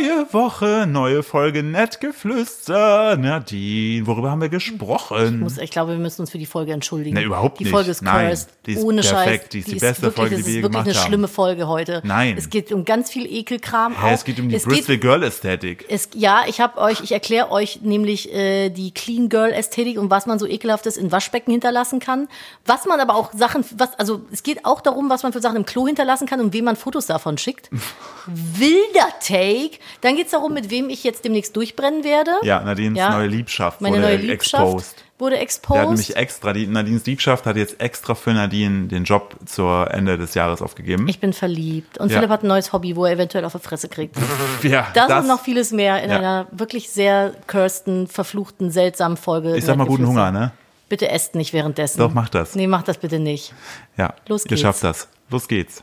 Neue Woche, neue Folge Nettgeflüster. Nadine, worüber haben wir gesprochen? Ich, muss, ich glaube, wir müssen uns für die Folge entschuldigen. Nee, überhaupt Die nicht. Folge ist Nein, cursed. die ist Ohne perfekt. Scheiß. Die ist die beste wirklich, Folge, die es wir ist je wirklich gemacht eine haben. schlimme Folge heute. Nein. Es geht um ganz viel Ekelkram. Hä, auch. es geht um die es Bristol Girl Ästhetik. Es, ja, ich habe euch, ich erkläre euch nämlich äh, die Clean Girl Ästhetik und was man so ekelhaftes in Waschbecken hinterlassen kann. Was man aber auch Sachen, was, also es geht auch darum, was man für Sachen im Klo hinterlassen kann und wem man Fotos davon schickt. Wilder Take. Dann geht's darum, mit wem ich jetzt demnächst durchbrennen werde. Ja, Nadines Ja. neue Liebschaft Meine wurde neue Liebschaft exposed. wurde Der exposed. hat nämlich extra, die, Nadines Liebschaft hat jetzt extra für Nadine den Job zur Ende des Jahres aufgegeben. ich bin verliebt. Und Ja. Philipp hat ein neues Hobby, wo er eventuell auf die Fresse kriegt. ja, Das, und noch vieles mehr in Ja. einer wirklich sehr cursten, verfluchten, seltsamen Folge. ich sag mal guten Hunger, ne? Bitte esst nicht währenddessen. Doch, mach das. Nee, mach das bitte nicht. Ja, Los geht's. geschafft das. Los geht's.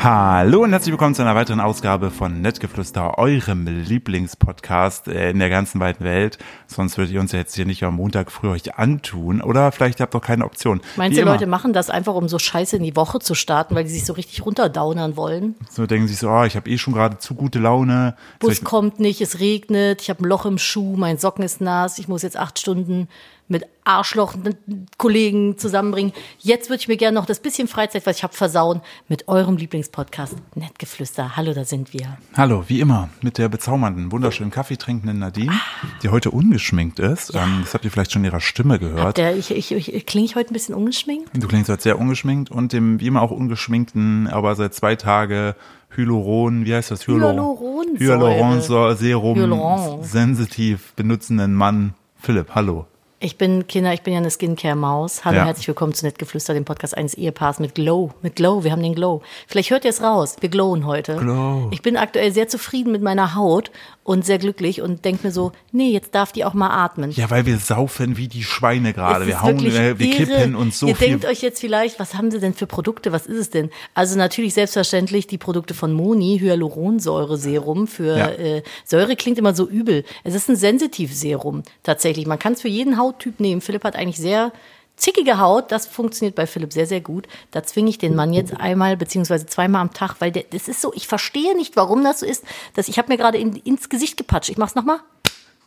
Hallo und herzlich willkommen zu einer weiteren Ausgabe von Nettgeflüster, eurem Lieblingspodcast äh, in der ganzen weiten Welt. Sonst würdet ihr uns ja jetzt hier nicht am Montag früh euch antun oder vielleicht habt ihr auch keine Option. Meinst Wie du, immer. Leute machen das einfach, um so scheiße in die Woche zu starten, weil die sich so richtig runterdownern wollen? So denken sich so, oh, ich habe eh schon gerade zu gute Laune. Soll Bus ich, kommt nicht, es regnet, ich habe ein Loch im Schuh, mein Socken ist nass, ich muss jetzt acht Stunden mit Arschloch-Kollegen zusammenbringen. Jetzt würde ich mir gerne noch das bisschen Freizeit, was ich habe, versauen mit eurem Lieblingspodcast Nettgeflüster. Hallo, da sind wir. Hallo, wie immer, mit der bezaubernden, wunderschönen Kaffeetrinkenden Nadine, Ah. die heute ungeschminkt ist. Ähm, das habt ihr vielleicht schon in ihrer Stimme gehört. Der, ich, ich, ich, klinge ich heute ein bisschen ungeschminkt? Du klingst heute sehr ungeschminkt und dem wie immer auch ungeschminkten, aber seit zwei Tage Hyaluron, wie heißt das? Hyaluronsäure. Hyaluronsäure- Serum Hyaluron. sensitiv benutzenden Mann. Philipp, hallo. Ich bin, Kinder, ich bin ja eine Skincare-Maus. Hallo, Ja. herzlich willkommen zu Nettgeflüster, dem Podcast eines Ehepaars mit Glow. Mit Glow, wir haben den Glow. Vielleicht hört ihr es raus, wir glowen heute. Glow. Ich bin aktuell sehr zufrieden mit meiner Haut und sehr glücklich und denke mir so, nee, jetzt darf die auch mal atmen. Ja, weil wir saufen wie die Schweine Es gerade. ist Wir hauen, äh, wirklich wir, wir irre. kippen uns so Ihr viel. denkt euch jetzt vielleicht, was haben sie denn für Produkte? Was ist es denn? Also natürlich selbstverständlich die Produkte von Moni, Hyaluronsäure-Serum für Ja. äh, Säure klingt immer so übel. Es ist ein Sensitivserum tatsächlich. Man kann es für jeden Hauttyp nehmen. Philipp hat eigentlich sehr zickige Haut. Das funktioniert bei Philipp sehr, sehr gut. Da zwinge ich den Mann jetzt einmal beziehungsweise zweimal am Tag, weil der, das ist so, ich verstehe nicht, warum das so ist. Dass, ich habe mir gerade in, ins Gesicht gepatscht. Ich mach's nochmal.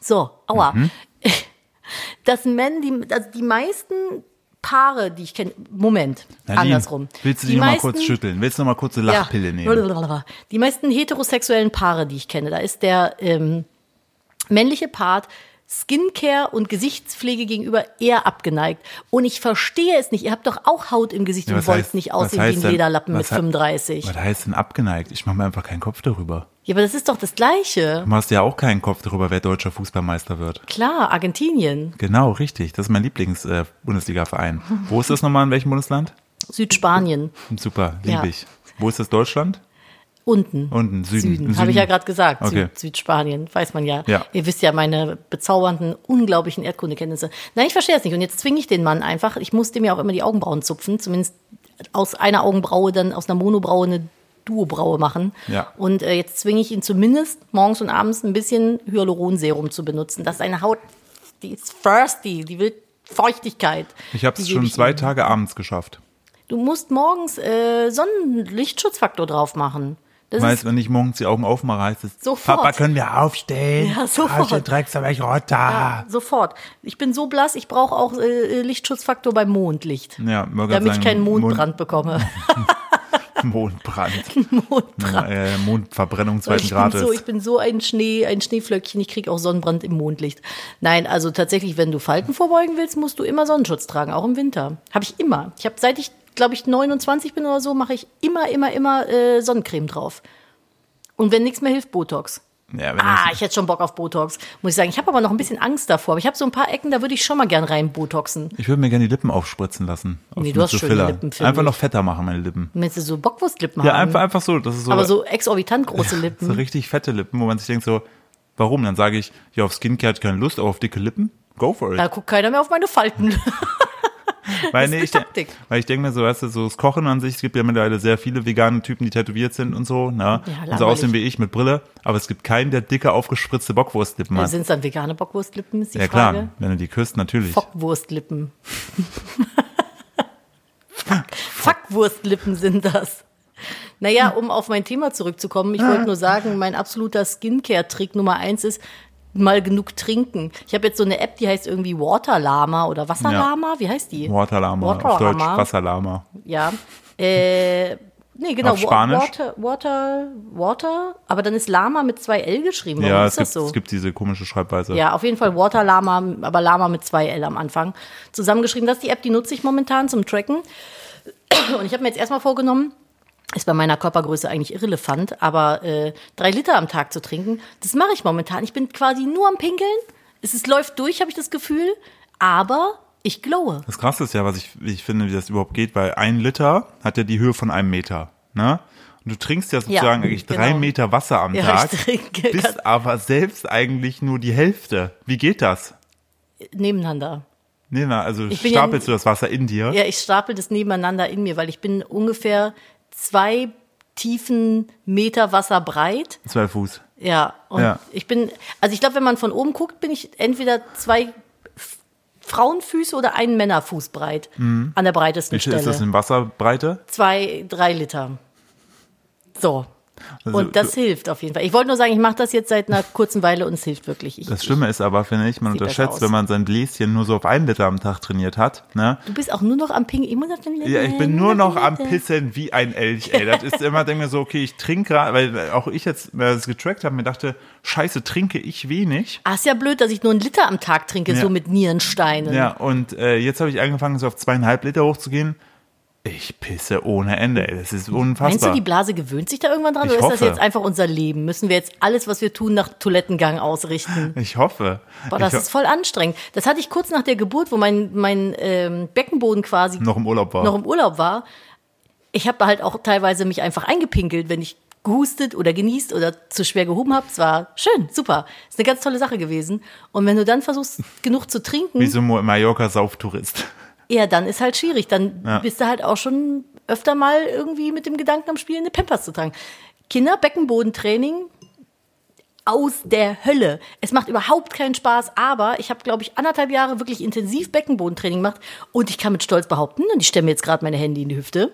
So, aua. Mhm. Dass Männer, die, also die meisten Paare, die ich kenne, Moment, Nadine, andersrum. Willst du Die dich mal meisten- kurz schütteln? Willst du noch mal kurz eine Lachpille nehmen? ja. Die meisten heterosexuellen Paare, die ich kenne, da ist der ähm, männliche Part Skincare und Gesichtspflege gegenüber eher abgeneigt. Und ich verstehe es nicht. Ihr habt doch auch Haut im Gesicht Ja, und was wollt heißt- nicht was aussehen wie heißt ein denn- Lederlappen mit was hei- 35. Was heißt denn abgeneigt? Ich mache mir einfach keinen Kopf darüber. Ja, aber das ist doch das Gleiche. Du machst ja auch keinen Kopf darüber, wer deutscher Fußballmeister wird. Klar, Argentinien, Genau, richtig. Das ist mein Lieblings-Bundesliga-Verein. Wo ist das nochmal? In welchem Bundesland? Südspanien, Super, liebe Ja. ich. Wo ist das Deutschland? unten. Unten, Süden. Süden, Im habe ich ja gerade gesagt. Okay. Süd, Südspanien, weiß man ja. Ja. Ihr wisst ja meine bezaubernden, unglaublichen Erdkundekenntnisse. Nein, ich verstehe es nicht. Und jetzt zwinge ich den Mann einfach. Ich muss dem ja auch immer die Augenbrauen zupfen. Zumindest aus einer Augenbraue dann aus einer Monobraue eine Duobraue machen. Ja. Und äh, jetzt zwinge ich ihn zumindest morgens und abends ein bisschen Hyaluronserum zu benutzen. Das ist eine Haut, die ist thirsty, die will Feuchtigkeit. Ich habe es Die gebe schon ich zwei ihm. Tage abends geschafft. Du musst morgens äh, Sonnenlichtschutzfaktor drauf machen. Das ist Weißt, wenn ich morgens die Augen aufmache, heißt es, Sofort. Papa, können wir aufstehen? Ja, sofort. Aufstehen, Drecks, aber ich rotter. Sofort. Ich bin so blass, ich brauche auch äh, Lichtschutzfaktor beim Mondlicht. Ja, wollte grad damit ich sagen, keinen Mond- Mondbrand bekomme. Mondbrand. Mondbrand. äh, Mondverbrennung zweiten Ich bin, Grades. so, ich bin so ein Schnee, ein Schneeflöckchen, ich kriege auch Sonnenbrand im Mondlicht. Nein, also tatsächlich, wenn du Falten vorbeugen willst, musst du immer Sonnenschutz tragen, auch im Winter. Habe ich immer. Ich habe seit ich, glaube ich, 29 bin oder so, mache ich immer, immer, immer äh, Sonnencreme drauf. Und wenn nichts mehr hilft, Botox. ja, wenn Ah, das- ich hätte schon Bock auf Botox, muss ich sagen. Ich habe aber noch ein bisschen Angst davor. Aber ich habe so ein paar Ecken, da würde ich schon mal gern rein Botoxen. ich würde mir gerne die Lippen aufspritzen lassen. Auf Nee, du hast mit so schöne Filler. Lippen, finde Einfach ich. noch fetter machen, meine Lippen. Meinst du so Bockwurstlippen Ja, haben? einfach, einfach so. Das ist so aber so mhm. exorbitant große Lippen. So richtig fette Lippen, wo man sich denkt so, warum? Dann sage ich, ja, auf Skincare hat keine Lust, aber auf dicke Lippen? Go for Da it. guckt keiner mehr auf meine Falten. Weil, ist nee, eine ich, de- Taktik. weil ich denke mir so, weißt du, so das Kochen an sich, es gibt ja mittlerweile sehr viele vegane Typen, die tätowiert sind und so, ne? Ja, und so langweilig. aussehen wie ich mit Brille, aber es gibt keinen, der dicke, aufgespritzte Bockwurstlippen hat. Sind es dann vegane Bockwurstlippen, ist die Ja klar, Frage. wenn du die küsst, natürlich. Bockwurstlippen. Fackwurstlippen sind das. Naja, um auf mein Thema zurückzukommen, ich wollte nur sagen, mein absoluter Skincare-Trick Nummer eins ist, mal genug trinken. Ich habe jetzt so eine App, die heißt irgendwie Water Lama oder Wasserlama, wie heißt die? Waterlama, auf Waterlama. Deutsch Wasserlama. Ja. Äh, nee, genau. Auf Spanisch? Wa- Water, Water, Water. Aber dann ist Lama mit zwei L geschrieben. Warum Ja, es ist das gibt, so? es gibt diese komische Schreibweise. ja, auf jeden Fall Water Lama, aber Lama mit zwei L am Anfang. Zusammengeschrieben, das ist die App, die nutze ich momentan zum Tracken. Und ich habe mir jetzt erstmal vorgenommen, ist bei meiner Körpergröße eigentlich irrelevant, aber äh, drei Liter am Tag zu trinken, das mache ich momentan. Ich bin quasi nur am Pinkeln. Es ist, läuft durch, habe ich das Gefühl. Aber ich glowe. Das krasse ist ja, was ich, ich finde, wie das überhaupt geht, weil ein Liter hat ja die Höhe von einem Meter. Ne? Und du trinkst ja sozusagen eigentlich genau. drei Meter Wasser am Ja, Tag, ich trinke ganz- bist aber selbst eigentlich nur die Hälfte. Wie geht das? Nebeneinander. Nee, na, also bin ja stapelst du das Wasser in dir? Ja, ich stapel das nebeneinander in mir, weil ich bin ungefähr zwei tiefen Meter Wasser breit. Zwei Fuß. Ja, und Ja. ich bin, also ich glaube, wenn man von oben guckt, bin ich entweder zwei F- Frauenfüße oder einen Männerfuß breit an der breitesten Mhm. Wie viel Stelle. ist das in Wasserbreite? zwei, drei Liter. So. Also, und das hilft auf jeden Fall. Ich wollte nur sagen, ich mache das jetzt seit einer kurzen Weile und es hilft wirklich. Ich, Das Schlimme ist aber, finde ich, man Sieht besser aus. unterschätzt, wenn man sein Bläschen nur so auf einen Liter am Tag trainiert hat. Ne? du bist auch nur noch am Ping. Ich muss auf den Ja, ich bin nur noch am Pissen. Pissen wie ein Elch, ey. Das ist immer, denke mir so, okay, ich trinke gerade, weil auch ich jetzt, weil ich das getrackt habe, mir dachte, scheiße, trinke ich wenig. Ah, ist ja blöd, dass ich nur einen Liter am Tag trinke, Ja. so mit Nierensteinen. Ja, und äh, jetzt habe ich angefangen, so auf zweieinhalb Liter hochzugehen. Ich pisse ohne Ende, ey. Das ist Meinst du, unfassbar. die Blase gewöhnt sich da irgendwann dran? Ich oder ist das hoffe. jetzt einfach unser Leben? Müssen wir jetzt alles, was wir tun, nach Toilettengang ausrichten? ich hoffe. Boah, das ich, ho- ist voll anstrengend. Das hatte ich kurz nach der Geburt, wo mein, mein ähm, Beckenboden quasi noch im Urlaub war. noch im Urlaub war. Ich habe halt auch teilweise mich einfach eingepinkelt, wenn ich gehustet oder genießt oder zu schwer gehoben habe. Es war schön, super. Ist eine ganz tolle Sache gewesen. Und wenn du dann versuchst, genug zu wie trinken, so ein Mallorca-Sauftourist. ja, dann ist halt schwierig. Dann Ja. bist du halt auch schon öfter mal irgendwie mit dem Gedanken am Spielen, eine Pampers zu tragen. Kinder, Beckenbodentraining aus der Hölle. Es macht überhaupt keinen Spaß, aber ich habe, glaube ich, anderthalb Jahre wirklich intensiv Beckenbodentraining gemacht und ich kann mit Stolz behaupten, und ich stemme jetzt gerade meine Hände in die Hüfte,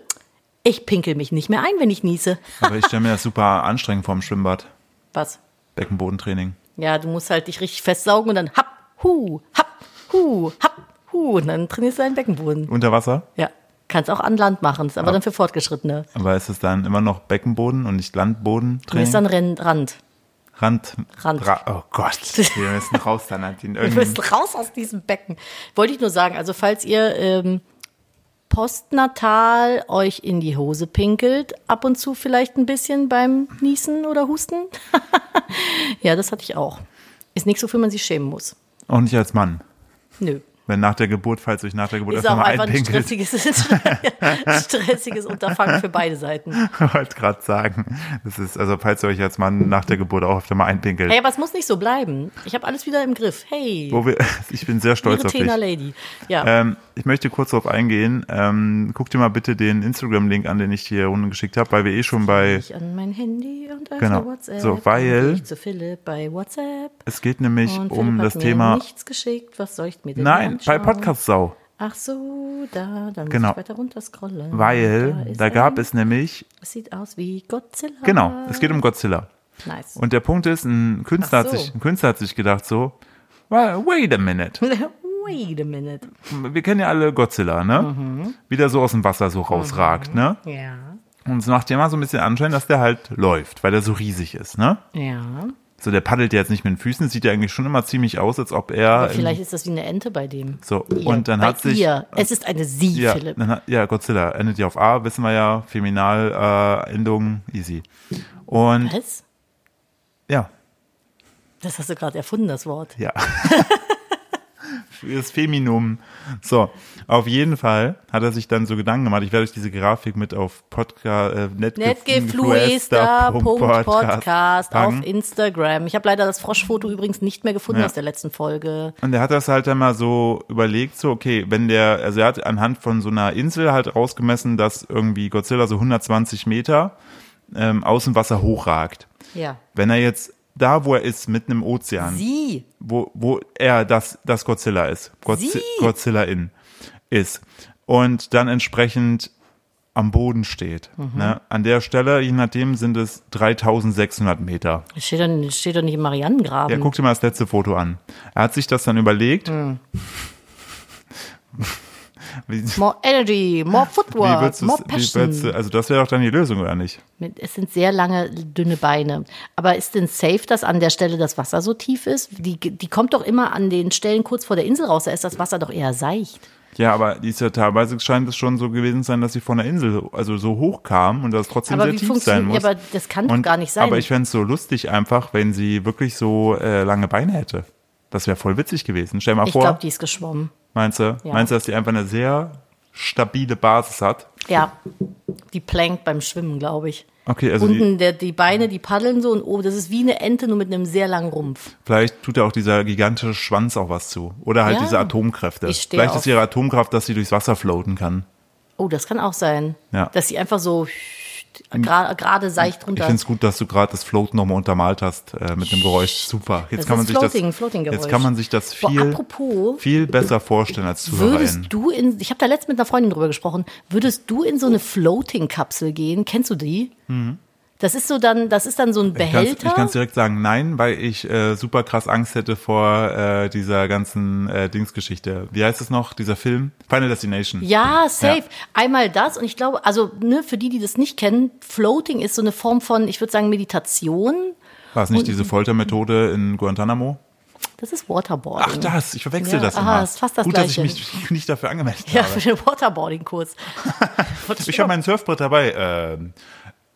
ich pinkel mich nicht mehr ein, wenn ich niese. Aber ich stelle mir das super anstrengend vorm Schwimmbad. Was? Beckenbodentraining. Ja, du musst halt dich richtig festsaugen und dann hap, hu, hap, hu, hap, hu. Und dann trainierst du deinen Beckenboden. Unter Wasser? Ja, kannst auch an Land machen, ist aber dann für Fortgeschrittene. Aber ist es dann immer noch Beckenboden und nicht Du bist Landbodentraining? dann Ren- Rand. Rand. Rand. Ra oh Gott, wir müssen raus dann an den Du irgendwie. bist raus aus diesem Becken. Wollte ich nur sagen, also falls ihr ähm, postnatal euch in die Hose pinkelt, ab und zu vielleicht ein bisschen beim Niesen oder Husten. ja, das hatte ich auch. Ist nichts, wofür man sich schämen muss. Auch nicht als Mann. Nö. Wenn nach der Geburt, falls euch nach der Geburt Ist erstmal auch mal einfach ein einpinkelt, stressiges, stressiges Unterfangen für beide Seiten. wollte gerade sagen. Das ist, also falls ihr euch als Mann nach der Geburt auch öfter mal einpinkelt. Naja, aber es muss nicht so bleiben. Ich habe alles wieder im Griff. Hey, Wo wir, ich bin sehr stolz ihre auf dich. Tena Lady. Ja. Ähm, ich möchte kurz darauf eingehen. Ähm, guck dir mal bitte den Instagram-Link an, den ich hier unten geschickt habe, weil wir eh schon bei. ich an mein Handy und öffne Genau. WhatsApp. So, weil- Dann geh Ich zu Philipp bei WhatsApp. Es geht nämlich Und um Philipp das hat Thema. Mir nichts geschickt. Was soll ich mir denn nein, bei anschauen? Podcast-Sau. Ach so, da, dann muss Genau. ich weiter runter scrollen. Weil da, ist gab ein- es nämlich. Es sieht aus wie Godzilla. Genau, es geht um Godzilla. Nice. Und der Punkt ist, ein Künstler, Ach so. hat, sich, ein Künstler hat sich gedacht so, well, wait a minute. Wait a minute. Wir kennen ja alle Godzilla, ne? Mhm. Wieder so aus dem Wasser so rausragt, ne? Ja. Und es macht ja immer so ein bisschen Anschein, dass der halt läuft, weil der so riesig ist, ne? Ja. So, der paddelt ja jetzt nicht mit den Füßen, sieht ja eigentlich schon immer ziemlich aus, als ob er. Aber vielleicht ist das wie eine Ente bei dem. ähm, so, Ihr, und dann bei hat sich. Ihr. Es ist eine Sie, Ja, ne. Philipp. dann hat, ja, Godzilla endet ja auf A, wissen wir ja, Feminal, äh, Endung, easy. Und Was? ja, Das hast du gerade erfunden, das Wort. Ja. Fürs Feminum. So, auf jeden Fall hat er sich dann so Gedanken gemacht. Ich werde euch diese Grafik mit auf Podcast äh, Netgefluester.podcast auf packen. Instagram. Ich habe leider das Froschfoto übrigens nicht mehr gefunden Ja. aus der letzten Folge. Und er hat das halt dann mal so überlegt, so, okay, wenn der, also er hat anhand von so einer Insel halt rausgemessen, dass irgendwie Godzilla so 120 Meter ähm, aus dem Wasser hochragt. Ja. Wenn er jetzt da, wo er ist, mitten im Ozean, Sie. wo, wo er das, das Godzilla ist. Godzi Sie? Godzilla in ist. Und dann entsprechend am Boden steht. Ne? An der Stelle, je nachdem, sind es 3600 Meter. Das steht doch, steht doch nicht im Ja, Marianengraben. guck dir mal das letzte Foto an. Er hat sich das dann überlegt. Wie, wie more energy, more footwork, würdest more du's- wie würdest passion. du, also das wäre doch dann die Lösung, oder nicht? Mit- Es sind sehr lange, dünne Beine. Aber ist denn safe, dass an der Stelle das Wasser so tief ist? Die, die kommt doch immer an den Stellen kurz vor der Insel raus. Da ist das Wasser doch eher seicht. Ja, aber die ist ja teilweise scheint es schon so gewesen zu sein, dass sie von der Insel also so hoch kam und das trotzdem Aber sehr wie tief sein funktioniert- muss. ja, aber das kann doch und, gar nicht sein. Aber ich fänd's so lustig einfach, wenn sie wirklich so äh, lange Beine hätte. Das wäre voll witzig gewesen. Stell dir mal Ich vor, glaube, die ist geschwommen. meinst du, Ja. meinst du, dass die einfach eine sehr stabile Basis hat? Ja, die plankt beim Schwimmen, glaube ich. Okay, also die, Unten der, die Beine, die paddeln so und oben, das ist wie eine Ente, nur mit einem sehr langen Rumpf. vielleicht tut ja auch dieser gigantische Schwanz auch was zu. Oder halt Ja. diese Atomkräfte. Ich steh vielleicht auf- ist ihre Atomkraft, dass sie durchs Wasser floaten kann. Oh, das kann auch sein. Ja. Dass sie einfach so gra- gerade seicht Ich runter. finde es gut, dass du gerade das Floaten nochmal untermalt hast äh, mit dem Geräusch. Super. Jetzt Das kann man ist sich Floating- das Floating-Geräusch. jetzt kann man sich das Boah, viel apropos- viel besser vorstellen als Würdest Zuhörerin. du in, ich habe da letztens mit einer Freundin drüber gesprochen, würdest du in so eine Floating-Kapsel gehen? Kennst du die? Das ist so dann, das ist dann so ein Mhm. Ich kann's- Behälter. Ich kann es direkt sagen, nein, weil ich äh, super krass Angst hätte vor äh, dieser ganzen äh, Dingsgeschichte. Wie heißt es noch? Dieser Film Final Destination. ja, safe. Ja. Einmal das und ich glaube, also ne, für die, die das nicht kennen, Floating ist so eine Form von, ich würde sagen, Meditation. War es nicht diese Foltermethode in Guantanamo? Das ist Waterboarding. Ach das, ich verwechsel Ja, das aha, immer. ist fast das gut, Gleiche. dass ich mich nicht dafür angemeldet Ja, habe. für den Waterboarding-Kurs. Ich habe mein Surfbrett dabei. Ähm,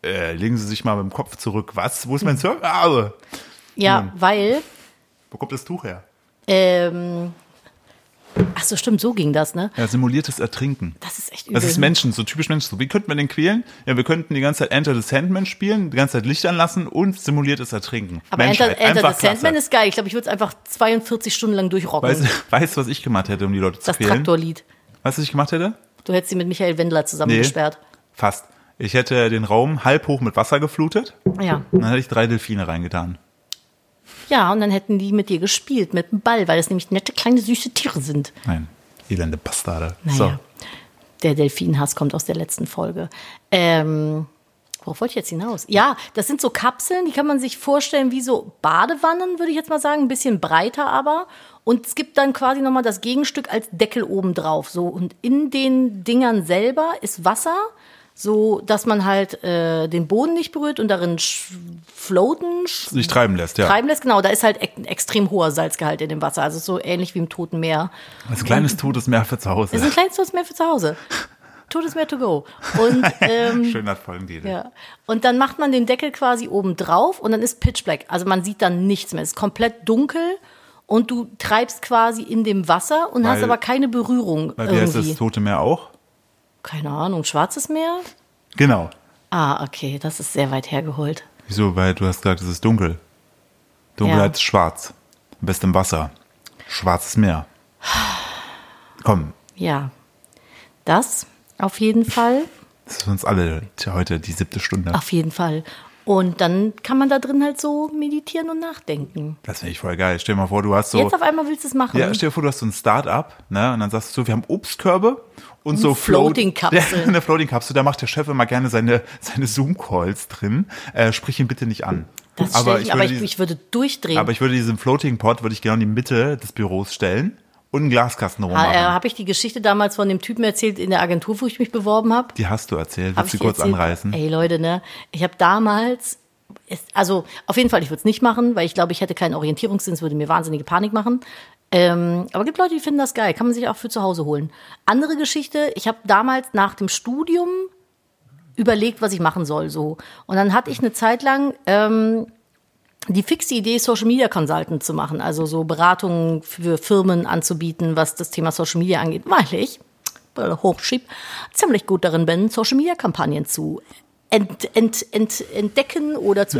äh, legen Sie sich mal mit dem Kopf zurück. Was? Wo ist Hm. mein Surf? Ah, Ja, weil, wo kommt das Tuch her? ähm, ach so, stimmt, so ging das, ne? Ja, simuliertes Ertrinken. Das ist echt übel. Das ist Menschen, so typisch Menschen. So, wie könnten wir den quälen? Ja, wir könnten die ganze Zeit Enter the Sandman spielen, die ganze Zeit Licht anlassen und simuliertes Ertrinken. Aber Enter, Menschheit, Enter einfach the Sandman klasse. ist geil. Ich glaube, ich würde es einfach 42 Stunden lang durchrocken. Weißt, du- weißt du, was ich gemacht hätte, um die Leute zu das quälen? Traktorlied. Weißt du, was ich gemacht hätte? Du hättest sie mit Michael Wendler zusammengesperrt. Fast. Ich hätte den Raum halb hoch mit Wasser geflutet und Ja. dann hätte ich drei Delfine reingetan. Ja, und dann hätten die mit dir gespielt, mit dem Ball, weil das nämlich nette, kleine, süße Tiere sind. Nein, elende Bastarde. Naja. So. Der Delfinhass kommt aus der letzten Folge. Ähm, worauf wollte ich jetzt hinaus? Ja, das sind so Kapseln, die kann man sich vorstellen wie so Badewannen, würde ich jetzt mal sagen. Ein bisschen breiter aber. Und es gibt dann quasi nochmal das Gegenstück als Deckel obendrauf. So. Und in den Dingern selber ist Wasser, so dass man halt äh, den Boden nicht berührt und darin sch- floaten, sch Sich treiben lässt, ja. treiben lässt. Genau, da ist halt ek- ein extrem hoher Salzgehalt in dem Wasser. Also so ähnlich wie im Toten Meer. Als Also kleines totes Meer für zu Hause. Ist ein kleines Todesmeer für zu Hause. Todesmeer to go. Und, ähm, Schöner Folgentitel. ja. und dann macht man den Deckel quasi oben drauf und dann ist pitch black. Also man sieht dann nichts mehr. Es ist komplett dunkel und du treibst quasi in dem Wasser und hast Weil- aber keine Berührung Weil wie heißt das irgendwie. Tote Meer auch? Keine Ahnung, schwarzes Meer? Genau. Ah, okay, das ist sehr weit hergeholt. Wieso? Weil du hast gesagt, es ist dunkel. Dunkelheit Ja. ist schwarz. Am besten im Wasser. Schwarzes Meer. Komm, Ja. Das auf jeden Fall. das ist für uns alle t- heute die siebte Stunde. Auf jeden Fall. Und dann kann man da drin halt so meditieren und nachdenken. Das finde ich voll geil. Stell dir mal vor, du hast so. Jetzt auf einmal willst du es machen. Ja, stell dir vor, du hast so ein Start-up, ne? Und dann sagst du, so, wir haben Obstkörbe und so Float- Floating-Kapseln. Ja, Eine Floating-Kapsel, da macht der Chef immer gerne seine, seine Zoom-Calls drin. Äh, sprich ihn bitte nicht an. Das aber ich, aber ich, diese- ich würde durchdrehen. Aber ich würde diesen Floating Pot würde ich genau in die Mitte des Büros stellen und einen Glaskasten Ha- rummachen. äh, habe ich die Geschichte damals von dem Typen erzählt in der Agentur, wo ich mich beworben habe? die hast du erzählt. Hab Willst ich du die kurz erzählt? anreißen? Ey Leute, ne? Ich habe damals, ist, also auf jeden Fall, ich würde es nicht machen, weil ich glaube, ich hätte keinen Orientierungssinn, es würde mir wahnsinnige Panik machen. Ähm, aber gibt Leute, die finden das geil, kann man sich auch für zu Hause holen. Andere Geschichte, ich habe damals nach dem Studium überlegt, was ich machen soll, so. Und dann hatte ich eine Zeit lang ähm, die fixe Idee, Social Media Consultant zu machen, also so Beratungen für Firmen anzubieten, was das Thema Social Media angeht, weil ich Brille hochschieb, ziemlich gut darin bin, Social Media Kampagnen zu ent, ent, ent, entdecken oder zu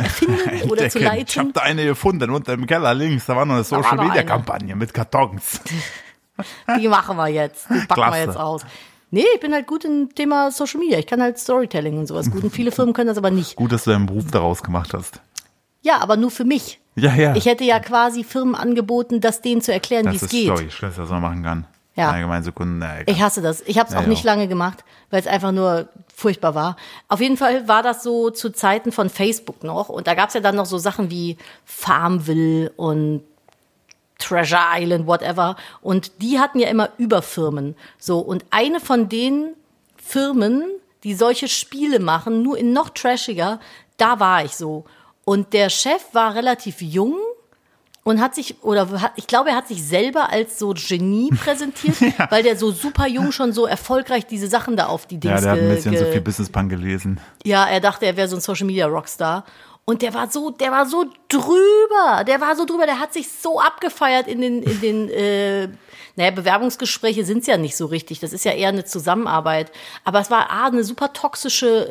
erfinden oder zu Entdecken. Ich habe leiten. da eine gefunden unter dem Keller links. Da war noch eine war Social noch Media eine. Kampagne mit Kartons. Die machen wir jetzt, die packen Klasse. wir jetzt aus. Nee, ich bin halt gut im Thema Social Media. Ich kann halt Storytelling und sowas gut. Und viele Firmen können das aber nicht. Gut, dass du deinen Beruf daraus gemacht hast. Ja, aber nur für mich. Ja, ja. Ich hätte ja quasi Firmen angeboten, das denen zu erklären, wie das es ist geht. glaube ich schlecht, was man machen kann. Ja. Allgemein Sekunden. Na, egal. Ich hasse das. Ich habe es Ja, auch ja. nicht lange gemacht, weil es einfach nur furchtbar war. Auf jeden Fall war das so zu Zeiten von Facebook noch. Und da gab es ja dann noch so Sachen wie Farmville und Treasure Island, whatever. Und die hatten ja immer Überfirmen. So, und eine von den Firmen, die solche Spiele machen, nur in noch trashiger, da war ich so. Und der Chef war relativ jung und hat sich, oder hat, ich glaube, er hat sich selber als so Genie präsentiert, weil der so super jung schon so erfolgreich diese Sachen da auf die Dings Ja, der hat ein ge- bisschen so ge- viel Business Punk gelesen. ja, er dachte, er wäre so ein Social Media Rockstar. Und der war so, der war so drüber, der war so drüber, der hat sich so abgefeiert in den, in den, äh, naja, Bewerbungsgespräche sind's ja nicht so richtig. Das ist ja eher eine Zusammenarbeit. Aber es war A, eine super toxische,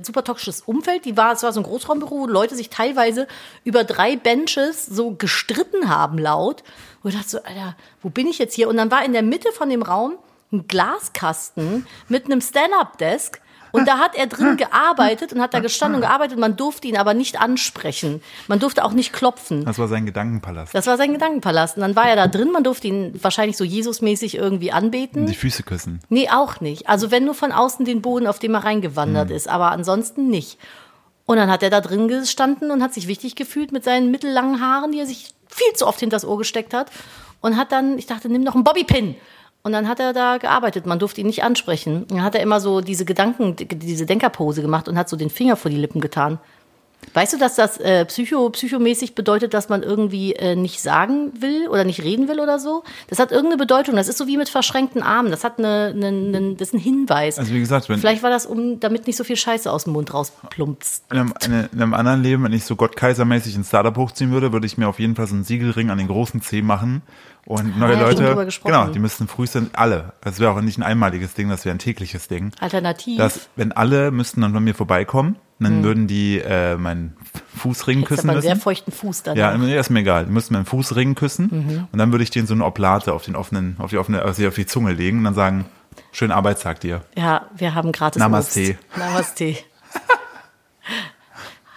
äh, super toxisches Umfeld. Die war, es war so ein Großraumbüro, wo Leute sich teilweise über drei Benches so gestritten haben laut. Und ich dachte so, Alter, wo bin ich jetzt hier? Und dann war in der Mitte von dem Raum ein Glaskasten mit einem Stand-up-Desk. Und da hat er drin gearbeitet und hat da gestanden und gearbeitet. Man durfte ihn aber nicht ansprechen. Man durfte auch nicht klopfen. Das war sein Gedankenpalast. Das war sein Gedankenpalast. Und dann war er da drin. Man durfte ihn wahrscheinlich so Jesusmäßig irgendwie anbeten. Die Füße küssen. Nee, auch nicht. Also wenn nur von außen den Boden, auf dem er reingewandert ist, aber ansonsten nicht. Und dann hat er da drin gestanden und hat sich wichtig gefühlt mit seinen mittellangen Haaren, die er sich viel zu oft hinters Ohr gesteckt hat. Und hat dann, ich dachte, nimm doch einen Bobbypin. Und dann hat er da gearbeitet, man durfte ihn nicht ansprechen. Dann hat er immer so diese Gedanken, diese Denkerpose gemacht und hat so den Finger vor die Lippen getan. Weißt du, dass das äh, psycho, psychomäßig bedeutet, dass man irgendwie äh, nicht sagen will oder nicht reden will oder so? Das hat irgendeine Bedeutung. Das ist so wie mit verschränkten Armen. Das hat eine, eine, eine das ist ein Hinweis. Also wie gesagt, wenn Vielleicht war das, um damit nicht so viel Scheiße aus dem Mund rausplumpst. in einem, in einem anderen Leben, wenn ich so gottkaisermäßig ein Startup hochziehen würde, würde ich mir auf jeden Fall so einen Siegelring an den großen C machen und neue ja, stimmt, drüber Leute, gesprochen. genau, die müssten frühestens alle. Das wäre auch nicht ein einmaliges Ding, das wäre ein tägliches Ding. Alternativ. Dass, wenn alle müssten dann bei mir vorbeikommen, dann würden die äh, meinen Fußring das hat küssen man einen müssen. Hm. sehr feuchten Fuß dann. Ja, nee, ist mir egal. Die müssen mir den Fußring küssen Mhm. und dann würde ich denen so eine Oblate auf den offenen, auf die offene, also auf die Zunge legen und dann sagen, schönen Arbeitstag dir. Ja, wir haben gratis Namaste. Obst. Namaste.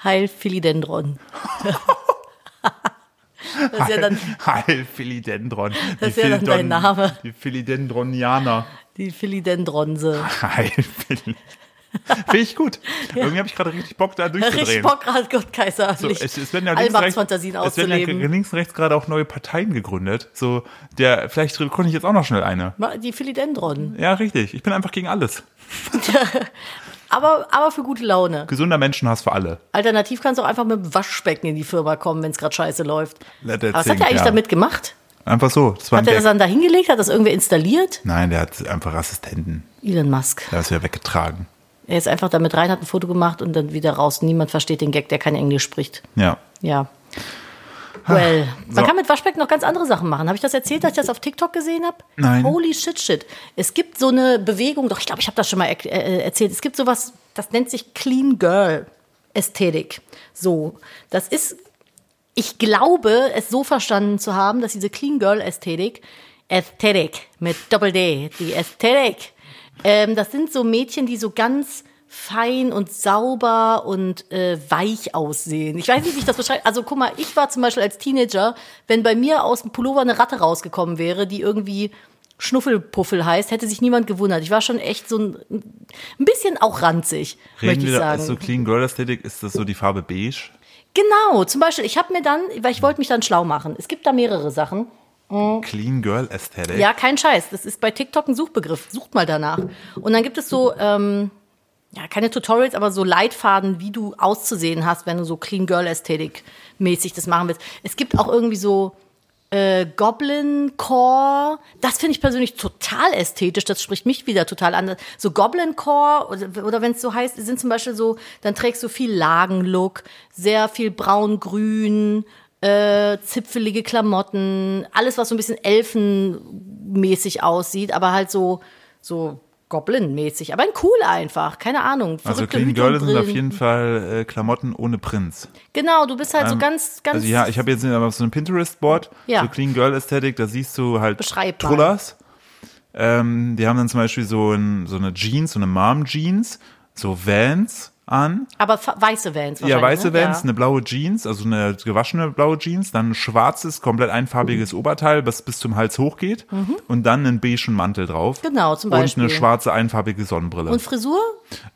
Heil Philidendron. das ist ja dann Heil Philidendron. Das ist ja dann dein Name. Die Philidendronianer. die Philidendronse. Heil Philidendron. Finde ich gut. Irgendwie habe ich gerade richtig Bock, da durchzudrehen. Richtig Bock hat Gott Kaiser. So, es, es werden ja links, rechts, Allmachtsfantasien es werden ja auszuleben. ge- links und rechts gerade auch neue Parteien gegründet. So, der, vielleicht gründe ich jetzt auch noch schnell eine. Ma- die Philidendron. Ja, richtig. Ich bin einfach gegen alles. Aber, aber für gute Laune. Gesunder Menschenhass für alle. Alternativ kannst du auch einfach mit dem Waschbecken in die Firma kommen, wenn es gerade scheiße läuft. Let that Aber was hat sink, er eigentlich ja. damit gemacht? Einfach so. Das war ein Hat er das Gag. dann da hingelegt? Hat das irgendwer installiert? Nein, der hat einfach Assistenten. Elon Musk. Der ist ja weggetragen. Er ist einfach damit rein, hat ein Foto gemacht und dann wieder raus. Niemand versteht den Gag, der kein Englisch spricht. Ja. Ja. Well, man so. kann mit Waschbecken noch ganz andere Sachen machen. Habe ich das erzählt, dass ich das auf TikTok gesehen habe? Nein. Holy shit, shit. Es gibt so eine Bewegung, doch ich glaube, ich habe das schon mal er äh, erzählt. Es gibt sowas, das nennt sich Clean Girl Ästhetik. So, das ist, ich glaube, es so verstanden zu haben, dass diese Clean Girl Ästhetik, Ästhetik mit Doppel D, die Ästhetik, ähm, das sind so Mädchen, die so ganz fein und sauber und äh, weich aussehen. Ich weiß nicht, wie ich das beschreibe. Also guck mal, ich war zum Beispiel als Teenager, wenn bei mir aus dem Pullover eine Ratte rausgekommen wäre, die irgendwie Schnuffelpuffel heißt, hätte sich niemand gewundert. Ich war schon echt so ein, ein bisschen auch ranzig, Reden möchte ich wir da- also sagen. ist so Clean Girl Aesthetic, ist das so die Farbe beige? Genau, zum Beispiel, ich habe mir dann, weil ich wollte mich dann schlau machen. Es gibt da mehrere Sachen. Clean Girl Aesthetic? Ja, kein Scheiß. Das ist bei TikTok ein Suchbegriff. Sucht mal danach. Und dann gibt es so, ähm, ja, keine Tutorials, aber so Leitfaden, wie du auszusehen hast, wenn du so Clean Girl Ästhetik mäßig das machen willst. Es gibt auch irgendwie so äh, Goblin Core. Das finde ich persönlich total ästhetisch. Das spricht mich wieder total an. So Goblin Core oder, oder wenn es so heißt, sind zum Beispiel so, dann trägst du viel Lagenlook, sehr viel braun-grün. Äh, zipfelige Klamotten, alles, was so ein bisschen Elfen, mäßig aussieht, aber halt so, so Goblin-mäßig. Aber ein cool einfach, keine Ahnung. also verrückte Clean Hüte Girl und sind auf Brillen. jeden Fall äh, Klamotten ohne Prinz. Genau, du bist halt so ganz, ganz. Also ja, ich habe jetzt aber so ein Pinterest-Board, Ja. so Clean Girl Aesthetic, da siehst du halt Beschreib mal. Trullers. Ähm, die haben dann zum Beispiel so, ein, so eine Jeans, so eine Mom-Jeans, so Vans an. Aber fa- weiße Vans wahrscheinlich. Ja, weiße ne? Vans, eine blaue Jeans, also eine gewaschene blaue Jeans, dann ein schwarzes, komplett einfarbiges Oberteil, was bis zum Hals hochgeht und dann einen beigen Mantel drauf. Mhm. Genau, zum Und eine Beispiel. schwarze, einfarbige Sonnenbrille. Und Frisur?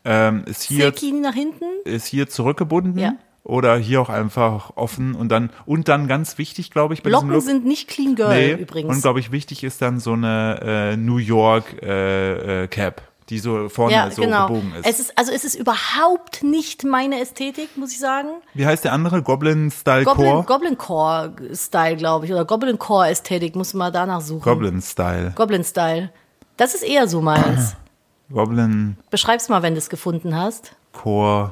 ähm, ist, hier, Silkini nach hinten? ist hier zurückgebunden Ja. oder hier auch einfach offen und dann, und dann ganz wichtig, glaube ich, bei diesem Locken Look. sind nicht clean girl Nee. übrigens. Und glaube ich, wichtig ist dann so eine äh, New York äh, äh, Cap, die so vorne ja, so genau. gebogen ist. Es ist. Also es ist überhaupt nicht meine Ästhetik, muss ich sagen. Wie heißt der andere? Goblin Style Goblin, Core? Goblin Core Style, glaube ich, oder Goblin Core Ästhetik, muss man danach suchen. Goblin Style. Goblin Style. Das ist eher so meins. Goblin Beschreib's mal, wenn du es gefunden hast. Core.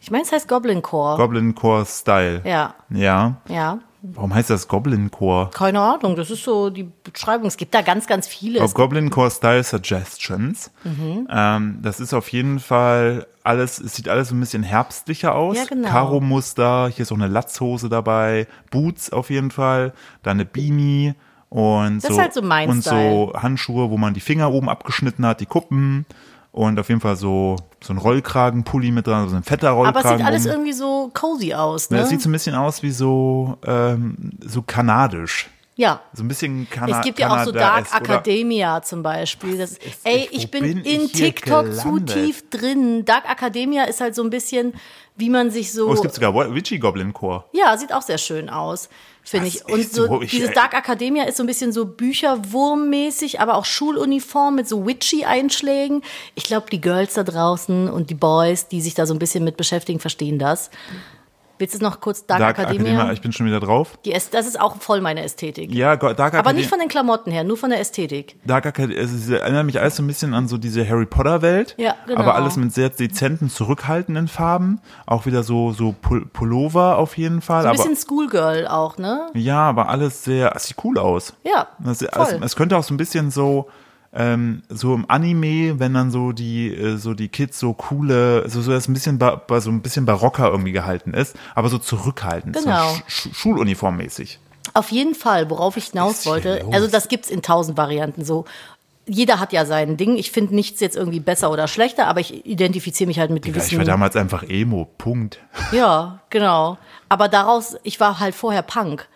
Ich meine, es heißt Goblin Core. Goblin Core Style. ja, Ja. ja. Warum heißt das Goblin Core? Keine Ahnung, das ist so die Beschreibung. Es gibt da ganz, ganz viele. Auf Goblin Core Style Suggestions. Mhm. Ähm, das ist auf jeden Fall alles, es sieht alles so ein bisschen herbstlicher aus. Ja, genau. Karo-Muster, hier ist auch eine Latzhose dabei, Boots auf jeden Fall, dann eine Beanie und Das so, ist halt so mein und Style. so Handschuhe, wo man die Finger oben abgeschnitten hat, die Kuppen und auf jeden Fall so, so ein Rollkragenpulli mit dran, so ein fetter Aber Rollkragen. es sieht alles um. irgendwie so cozy aus, Ja, ne? Das sieht so ein bisschen aus wie so, ähm, so kanadisch. ja. So ein bisschen Kanada. Es gibt ja auch so Dark Academia zum Beispiel. Das, ey, echt? ich Wo bin, bin in ich hier TikTok zu gelandet? tief drin. Dark Academia ist halt so ein bisschen, wie man sich so. Oh, es gibt sogar Witchy Goblin Core. Ja, sieht auch sehr schön aus, finde Das ich. ist Und so, so, ich- dieses Dark Academia ist so ein bisschen so Bücherwurmmäßig, aber auch Schuluniform mit so witchy Einschlägen. Ich glaube, die Girls da draußen und die Boys, die sich da so ein bisschen mit beschäftigen, verstehen das. Willst du es noch kurz Dark, Dark Academia? Academia, ich bin schon wieder drauf. Die Äst- das ist auch voll meine Ästhetik. Ja, Go- Dark aber Academia. nicht von den Klamotten her, nur von der Ästhetik. Dark Academia, es ist- erinnert mich alles so ein bisschen an so diese Harry Potter Welt. Ja, genau. Aber alles mit sehr dezenten, zurückhaltenden Farben. Auch wieder so, so Pul- Pullover auf jeden Fall. Ein aber, bisschen Schoolgirl auch, ne? ja, aber alles sehr, es sieht cool aus. Ja, Das, es, voll. es könnte auch so ein bisschen so ähm, so im Anime, wenn dann so die äh, so die Kids so coole, so so das ein bisschen ba, ba, so ein bisschen barocker irgendwie gehalten ist, aber so zurückhaltend, Genau. so Sch Sch- Schuluniformmäßig. Auf jeden Fall, worauf ich hinaus ist hier wollte, los? also das gibt's in tausend Varianten so. Jeder hat ja sein Ding. Ich finde nichts jetzt irgendwie besser oder schlechter, aber ich identifiziere mich halt mit Ja, ich war gewissen. damals einfach Emo. Punkt. Hm, ja, genau. Aber daraus, ich war halt vorher Punk.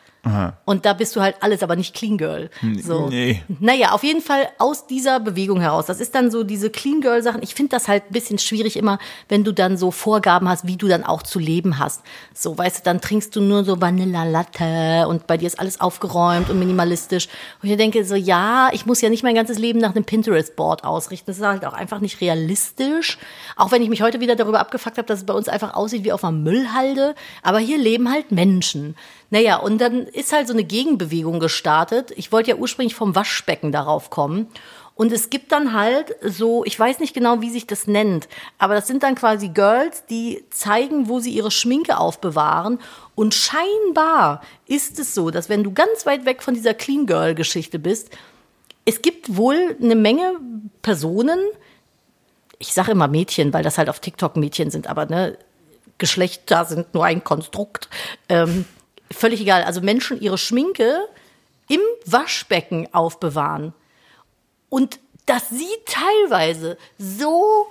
Und da bist du halt alles, aber nicht Clean Girl. So. nee. Naja, auf jeden Fall aus dieser Bewegung heraus. Das ist dann so diese Clean Girl Sachen. Ich finde das halt ein bisschen schwierig immer, wenn du dann so Vorgaben hast, wie du dann auch zu leben hast. So, weißt du, dann trinkst du nur so Vanilla Latte und bei dir ist alles aufgeräumt und minimalistisch. Und ich denke so, ja, ich muss ja nicht mein ganzes Leben nach einem Pinterest Board ausrichten. Das ist halt auch einfach nicht realistisch. Auch wenn ich mich heute wieder darüber abgefuckt habe, dass es bei uns einfach aussieht wie auf einer Müllhalde. Aber hier leben halt Menschen. Naja, und dann ist halt so eine Gegenbewegung gestartet. Ich wollte ja ursprünglich vom Waschbecken darauf kommen. Und es gibt dann halt so, ich weiß nicht genau, wie sich das nennt, aber das sind dann quasi Girls, die zeigen, wo sie ihre Schminke aufbewahren. Und scheinbar ist es so, dass wenn du ganz weit weg von dieser Clean Girl Geschichte bist, es gibt wohl eine Menge Personen, ich sage immer Mädchen, weil das halt auf TikTok Mädchen sind, aber ne, Geschlechter sind nur ein Konstrukt. Ähm, völlig egal. Also Menschen ihre Schminke im Waschbecken aufbewahren. Und das sieht teilweise so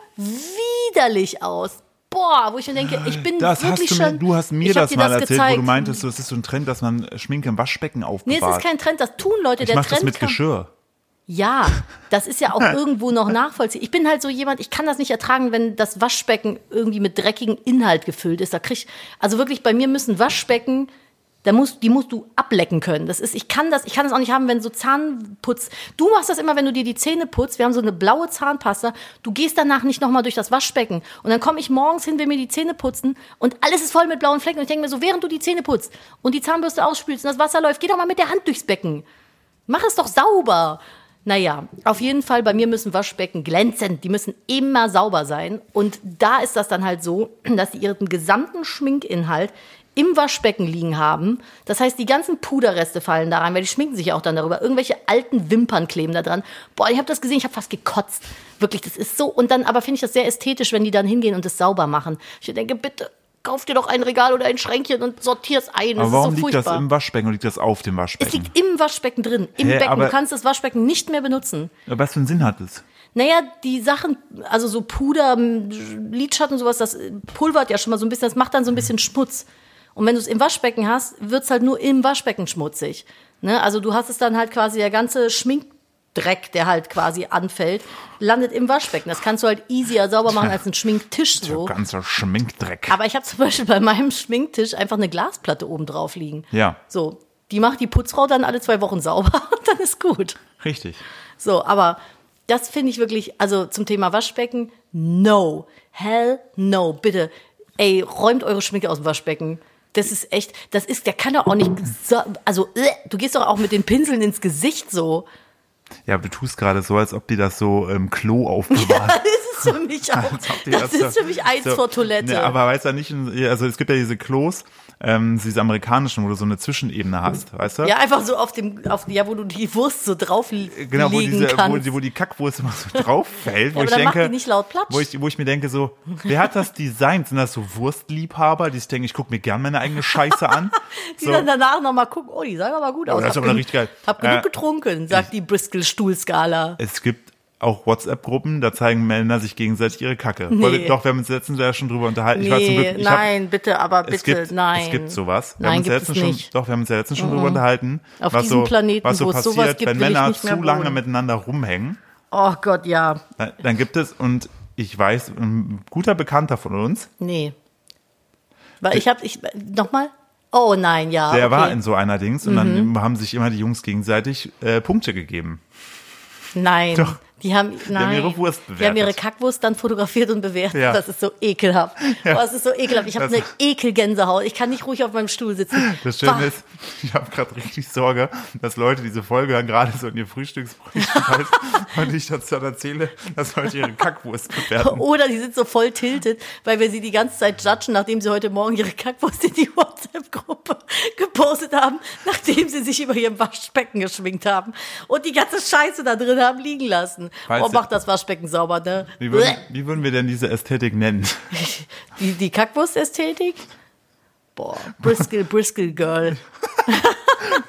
widerlich aus. Boah, wo ich mir denke, ich bin Das wirklich hast du mir, schon. du hast mir ich hab das dir mal das erzählt, gezeigt. wo du meintest, so, es ist so ein Trend, dass man Schminke im Waschbecken aufbewahrt. Nee, es ist kein Trend, das tun Leute. ich Der mach Trend das mit kam- Geschirr. ja, das ist ja auch irgendwo noch nachvollziehbar. Ich bin halt so jemand, ich kann das nicht ertragen, wenn das Waschbecken irgendwie mit dreckigem Inhalt gefüllt ist. Da krieg ich, also wirklich, bei mir müssen Waschbecken, da musst, die musst du ablecken können. Das ist, ich kann das, ich kann das auch nicht haben, wenn so Zahnputz. Du machst das immer, wenn du dir die Zähne putzt. Wir haben so eine blaue Zahnpasta. Du gehst danach nicht nochmal durch das Waschbecken. Und dann komme ich morgens hin, will mir die Zähne putzen und alles ist voll mit blauen Flecken. Und ich denke mir so, während du die Zähne putzt und die Zahnbürste ausspülst und das Wasser läuft, geh doch mal mit der Hand durchs Becken. Mach es doch sauber. Naja, auf jeden Fall, bei mir müssen Waschbecken glänzend, die müssen immer sauber sein. Und da ist das dann halt so, dass sie ihren gesamten Schminkinhalt im Waschbecken liegen haben. Das heißt, die ganzen Puderreste fallen da rein, weil die schminken sich ja auch dann darüber. Irgendwelche alten Wimpern kleben da dran. Boah, ich habe das gesehen, ich habe fast gekotzt. Wirklich, das ist so. Und dann, aber finde ich das sehr ästhetisch, wenn die dann hingehen und es sauber machen. Ich denke, bitte kauf dir doch ein Regal oder ein Schränkchen und sortier es ein. Aber warum das ist so liegt furchtbar. das im Waschbecken und liegt das auf dem Es Waschbecken? liegt im Waschbecken drin, im Hä, Becken. Du aber- kannst das Waschbecken nicht mehr benutzen. Was für einen Sinn hat es? Naja, die Sachen, also so Puder, m, Lidschatten, sowas, das äh, pulvert ja schon mal so ein bisschen, das macht dann so Mhm. ein bisschen Schmutz. Und wenn du es im Waschbecken hast, wird's halt nur im Waschbecken schmutzig. Ne? Also du hast es dann halt quasi der ganze Schminkdreck, der halt quasi anfällt, landet im Waschbecken. Das kannst du halt easier sauber machen als einen Schminktisch So so. ganzer Schminkdreck. Aber ich habe zum Beispiel bei meinem Schminktisch einfach eine Glasplatte oben drauf liegen. Ja. So, die macht die Putzfrau dann alle zwei Wochen sauber und dann ist gut. Richtig. So, aber das finde ich wirklich, also zum Thema Waschbecken, no. Hell no, bitte. Ey, räumt eure Schminke aus dem Waschbecken. Das ist echt, das ist, der kann doch auch nicht, so, also, äh, du gehst doch auch mit den Pinseln ins Gesicht so. Ja, du tust gerade so, als ob die das so im Klo aufbewahren. Das ist für mich auch, Als ob die das ist so- für mich eins so- vor Toilette. Ne, aber weißt du nicht, also es gibt ja diese Klos, ähm, diese amerikanischen, wo du so eine Zwischenebene hast, weißt du? ja, einfach so auf dem, auf, ja, wo du die Wurst so drauf Genau, wo, legen diese, wo, kannst. die- wo die Kackwurst immer so drauf fällt, wo aber ich dann macht denke, die nicht laut Platsch. wo ich, wo ich mir denke so, wer hat das designt? Sind das so Wurstliebhaber, die sich denken, ich gucke mir gern meine eigene Scheiße an? die so, dann danach nochmal gucken, oh, die sahen aber gut aus. das ist Hab aber genug- richtig geil. Hab genug Äh, getrunken, sagt die Bristol-Stuhlskala. es gibt auch WhatsApp-Gruppen, da zeigen Männer sich gegenseitig ihre Kacke. Nee. Weil wir- Doch, wir haben uns letztens ja schon drüber unterhalten. ich war zum Nee, Glück, ich hab- nein, bitte, aber bitte, es gibt, nein. Es gibt sowas. Wir haben nein, uns gibt es letztens schon, nicht. Mhm. Doch, wir haben uns ja letztens schon drüber unterhalten. Auf was diesem so, Planeten, was so wo es sowas passiert, gibt, wenn will ich Männer nicht mehr zu lange wohnen. miteinander rumhängen, Oh Gott, ja. dann, dann gibt es, und ich weiß, ein guter Bekannter von uns, Nee. Weil ich habe, ich, nochmal? Oh nein, ja. der okay. Mhm. war in so einer Dings und dann haben sich immer die Jungs gegenseitig äh, Punkte gegeben. Nein. Doch. Die haben, nein. ihre Wurst Die haben ihre bewertet. Kackwurst dann fotografiert und bewertet. Ja. Das ist so ekelhaft. Ja. Oh, das ist so ekelhaft. Ich habe Das- eine Ekelgänsehaut. Ich kann nicht ruhig auf meinem Stuhl sitzen. Das Schöne Bah. ist, ich habe gerade richtig Sorge, dass Leute diese Folge hören, gerade so in ihr Frühstücksbrötchen beißen und ich das dann erzähle, dass Leute ihre Kackwurst bewerten. Oder die sind so voll tiltet, weil wir sie die ganze Zeit judgen, nachdem sie heute Morgen ihre Kackwurst in die WhatsApp-Gruppe gepostet haben, nachdem sie sich über ihrem Waschbecken geschminkt haben und die ganze Scheiße da drin haben liegen lassen. Falls oh, sie- macht das Waschbecken sauber, ne? Wie würden, wie würden wir denn diese Ästhetik nennen? Die, die Kackwurst-Ästhetik? Boah, Bristle, Bristle Girl.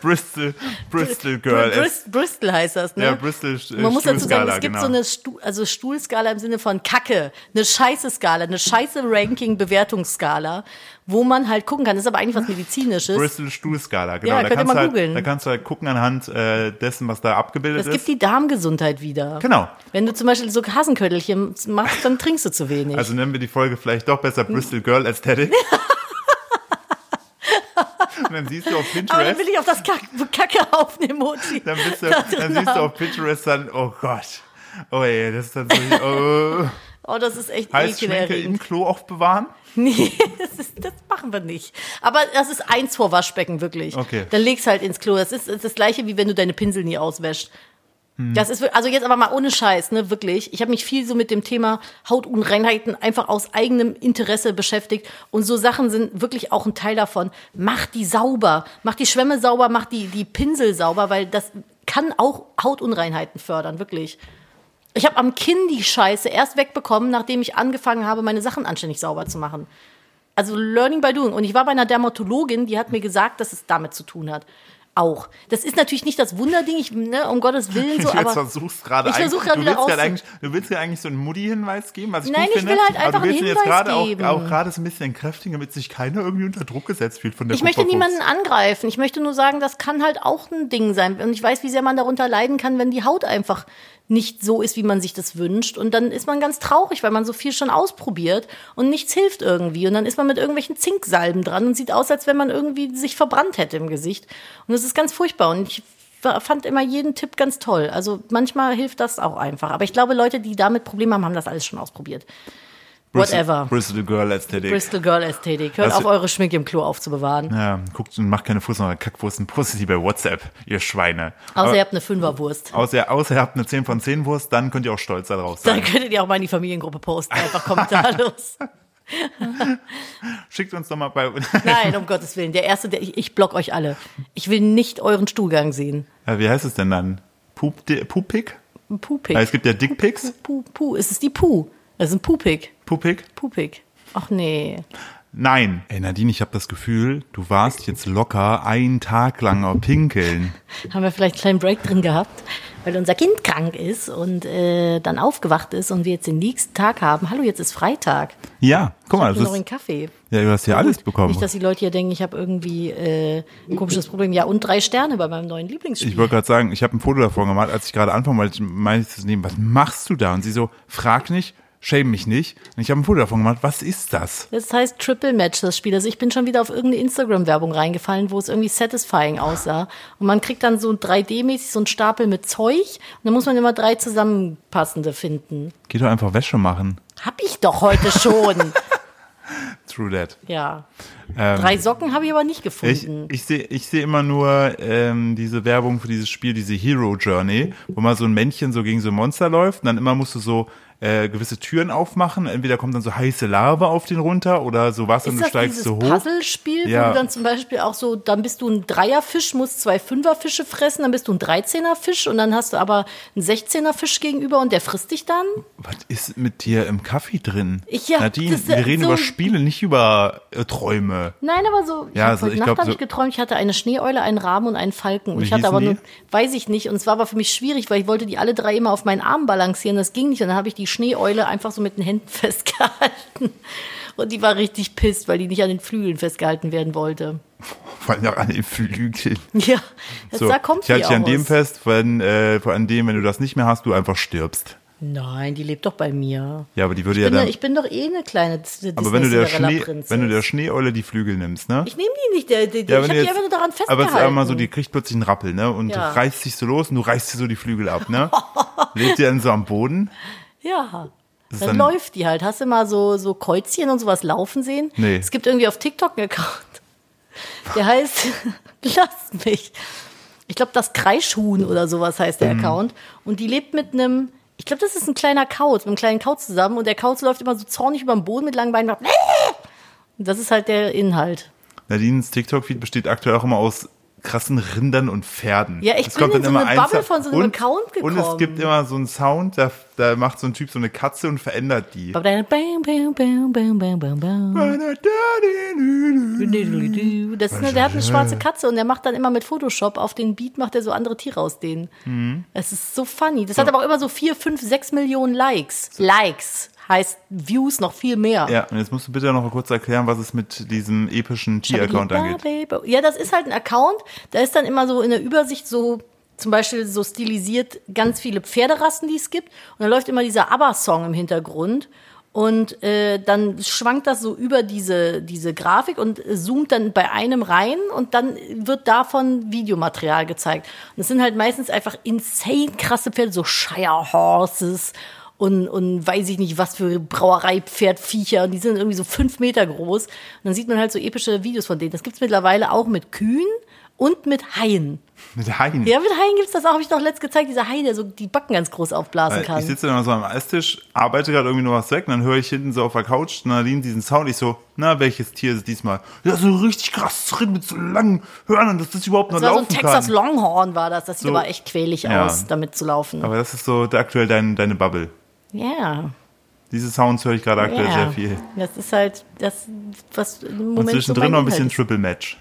Bristol, Bristol Girl. Br- Brist, Bristol heißt das, ne? Ja, Bristol Sch- Man muss dazu sagen, Stuhlskala, es gibt genau. so eine Stu also Stuhlskala im Sinne von Kacke, eine scheiße Skala, eine scheiße Ranking-Bewertungsskala, wo man halt gucken kann. Das ist aber eigentlich was Medizinisches. Bristol Stuhlskala, genau. Ja, da, könnt ihr kannst mal du halt, googeln. da kannst du halt gucken anhand äh, dessen, was da abgebildet das gibt ist. die Darmgesundheit wieder. Genau. Wenn du zum Beispiel so Hasenköttelchen machst, dann trinkst du zu wenig. Also nennen wir die Folge vielleicht doch besser Bristol Girl Aesthetic. Und dann siehst du auf aber dann Pinterest, will ich auf das Kack Kacke aufnehmen, Emoji. dann, bist du, da dann drin siehst du haben. auf Pinterest dann, oh Gott. Oh ey, das ist dann so, oh, Oh, das ist echt Heißschminke ekelerregend. im Klo aufbewahren. Nee, das, ist, das machen wir nicht. Aber das ist eins vor Waschbecken, wirklich. Okay. Dann leg's halt ins Klo. Das ist, ist das gleiche, wie wenn du deine Pinsel nie auswäschst. Das ist wir- also jetzt aber mal ohne Scheiß, ne, wirklich. Ich habe mich viel so mit dem Thema Hautunreinheiten einfach aus eigenem Interesse beschäftigt und so Sachen sind wirklich auch ein Teil davon. Macht die sauber, macht die Schwämme sauber, macht die die Pinsel sauber, weil das kann auch Hautunreinheiten fördern, wirklich. Ich habe am Kinn die Scheiße erst wegbekommen, nachdem ich angefangen habe, meine Sachen anständig sauber zu machen. Also Learning by Doing. Und ich war bei einer Dermatologin, die hat mir gesagt, dass es damit zu tun hat. Auch. Das ist natürlich nicht das Wunderding, ich, ne, um Gottes Willen so, Du jetzt aber. versuchst gerade Ich eigentlich- versuch gerade du wieder willst gerade raus- eigentlich, du willst ja eigentlich so einen Mutti-Hinweis geben, was ich Nein, gut ich finde. will halt aber einfach du willst einen ihn Hinweis jetzt gerade geben. auch, auch gerade so ein bisschen entkräftigen, damit sich keiner irgendwie unter Druck gesetzt fühlt von der Ich möchte Kupferfuchs. niemanden angreifen. Ich möchte nur sagen, das kann halt auch ein Ding sein. Und ich weiß, wie sehr man darunter leiden kann, wenn die Haut einfach nicht so ist, wie man sich das wünscht. Und dann ist man ganz traurig, weil man so viel schon ausprobiert und nichts hilft irgendwie. Und dann ist man mit irgendwelchen Zinksalben dran und sieht aus, als wenn man irgendwie sich verbrannt hätte im Gesicht. Und das ist ganz furchtbar. Und ich fa- fand immer jeden Tipp ganz toll. Also manchmal hilft das auch einfach. Aber ich glaube, Leute, die damit Probleme haben, haben das alles schon ausprobiert. Bristol- Whatever. Bristol Girl Aesthetic. Bristol Girl Ästhetik. Hört Das- auf, eure Schminke im Klo aufzubewahren. Ja, guckt und macht keine Fuß noch Kackwurst und postet die bei WhatsApp, ihr Schweine. Außer Aber- ihr habt eine Fünferwurst. außer, außer ihr habt eine 10 von 10 Wurst, dann könnt ihr auch stolz darauf Dann sein. könntet ihr auch mal in die Familiengruppe posten, einfach kommentarlos. Schickt uns doch mal bei Nein, um Gottes Willen. Der Erste, der, ich, ich block euch alle. Ich will nicht euren Stuhlgang sehen. Ja, Wie heißt es denn dann? Poop, di- Poopik? Ja, es Ein Pupik. gibt ja Dickpics. Puh, puh. Es ist die Puh. Es ist ein Pupik. Poopik? Pupik. Ach nee. Nein. Ey, Nadine, ich habe das Gefühl, du warst jetzt locker einen Tag lang auf Pinkeln. Haben wir vielleicht einen kleinen Break drin gehabt, weil unser Kind krank ist und äh, dann aufgewacht ist und wir jetzt den nächsten Tag haben. Hallo, jetzt ist Freitag. Ja, guck mal, Ich das will noch Ah, ist, einen Kaffee. ja, du hast hier alles bekommen. Nicht, dass die Leute hier denken, ich habe irgendwie äh, ein komisches Problem. Ja, und drei Sterne bei meinem neuen Lieblingsspiel. Ich wollte gerade sagen, ich habe ein Foto davon gemacht, als ich gerade anfangen wollte, meinte ich zu nehmen, was machst du da? Und sie so, frag nicht, shame mich nicht. Und ich habe ein Foto davon gemacht, was ist das? Das heißt Triple Match, das Spiel. Also ich bin schon wieder auf irgendeine Instagram-Werbung reingefallen, wo es irgendwie satisfying aussah. Und man kriegt dann so 3D-mäßig so einen Stapel mit Zeug und dann muss man immer drei zusammenpassende finden. Geh doch einfach Wäsche machen. Hab ich doch heute schon. True that. ja. Ähm, Drei Socken habe ich aber nicht Ich, gefunden. ich sehe ich seh immer nur ähm, diese Werbung für dieses Spiel, diese Hero Journey, wo mal so ein Männchen so gegen so ein Monster läuft und dann immer musst du so äh, gewisse Türen aufmachen. Entweder kommt dann so heiße Lava auf den runter oder so was und ist du das steigst dieses so hoch. Puzzlespiel, Ja. wo du dann zum Beispiel auch so, dann bist du ein Dreierfisch, musst zwei Fünferfische fressen, dann bist du ein Dreizehnerfisch und dann hast du aber einen Sechzehnerfisch gegenüber und der frisst dich dann? Was ist mit dir im Kaffee drin? Ich- ja, Nadine, das- wir reden so- über Spiele, nicht über äh, Träume. Nein, aber so, ich Ja, hab also heute ich Nacht glaub, habe so- ich geträumt, ich hatte eine Schneeeule, einen Raben und einen Falken. Und Wie ich hatte hießen aber die? nur, weiß ich nicht. Und es war aber für mich schwierig, weil ich wollte die alle drei immer auf meinen Arm balancieren. Das ging nicht. Und dann habe ich die Schneeeule einfach so mit den Händen festgehalten. Und die war richtig pisst, weil die nicht an den Flügeln festgehalten werden wollte. Vor allem auch an den Flügeln. Ja, das, So, da kommt ich halte die dich an dem aus. fest, wenn, äh, vor- an dem, wenn du das nicht mehr hast, du einfach stirbst. Nein, die lebt doch bei mir. Ja, aber die würde ja Ich bin, dann. ich bin doch eh eine kleine aber wenn du der Schnee, Disney-Cinderella-Prinzessin. wenn du der Schneeeule die Flügel nimmst, ne? ich nehme die nicht, der, der, Ja, ich wenn habe du die einfach nur daran aber festgehalten. jetzt einmal so, die kriegt plötzlich einen Rappel, ne? Und Ja. reißt sich so los und du reißt dir so die Flügel ab, ne? Lebt ihr dann so am Boden? Ja. Das ist Dann, dann- läuft die halt. Hast du mal so, so Kreuzchen und sowas laufen sehen? Nee. Es gibt irgendwie auf TikTok einen Account. Der heißt, lass mich. Ich glaube, das Kreischhuhn oder sowas heißt der Account. Und die lebt mit einem, ich glaube, das ist ein kleiner Kauz, mit einem kleinen Kauz zusammen. Und der Kauz läuft immer so zornig über den Boden mit langen Beinen. Und macht Und das ist halt der Inhalt. Nadines TikTok-Feed besteht aktuell auch immer aus krassen Rindern und Pferden. Ja, ich Es bin in so eine eins Bubble ab- von so einem und, Account Und es gekommen. gibt immer so einen Sound, da, da macht so ein Typ so eine Katze und verändert die. Aber dann bam, bam, bam, bam, bam, bam, bam. Das ist eine, der hat eine schwarze Katze und der macht dann immer mit Photoshop auf den Beat, macht er so andere Tiere aus denen. Es ist so funny. Das hat aber auch immer so 4, 5, 6 Millionen Likes. Likes heißt Views noch viel mehr. Ja, und jetzt musst du bitte noch mal kurz erklären, was es mit diesem epischen Tier-Account angeht. Ja, das ist halt ein Account, da ist dann immer so in der Übersicht so zum Beispiel so stilisiert ganz viele Pferderassen, die es gibt. Und dann läuft immer dieser ABBA-Song im Hintergrund. Und äh, dann schwankt das so über diese, diese Grafik und zoomt dann bei einem rein und dann wird davon Videomaterial gezeigt. Und es sind halt meistens einfach insane krasse Pferde, so Shire Horses und, und weiß ich nicht, was für Brauereipferdviecher. Und die sind irgendwie so fünf Meter groß. Und dann sieht man halt so epische Videos von denen. Das gibt's mittlerweile auch mit Kühen und mit Haien. Mit Haien. Ja, mit Haien gibt's das auch. Habe ich noch letzt gezeigt, dieser Hai, der so die Backen ganz groß aufblasen Weil Ich kann. sitze dann so am Esstisch, arbeite gerade irgendwie noch was weg und dann höre ich hinten so auf der Couch Nadine diesen Sound. Ich so, na, welches Tier ist es diesmal? Ja, so ein richtig krasses Rind mit so langen Hörnern, dass das überhaupt noch Das war so ein laufen Texas kann. Longhorn war das. Das sieht So- aber echt quälig Ja. aus, damit zu laufen. Aber das ist so aktuell dein, deine Bubble. Ja. Diese Sounds höre ich gerade aktuell ja. sehr viel. Das ist halt das, was im Und Moment zwischendrin so halt mein noch ein Inhalt bisschen ist. Triple Match.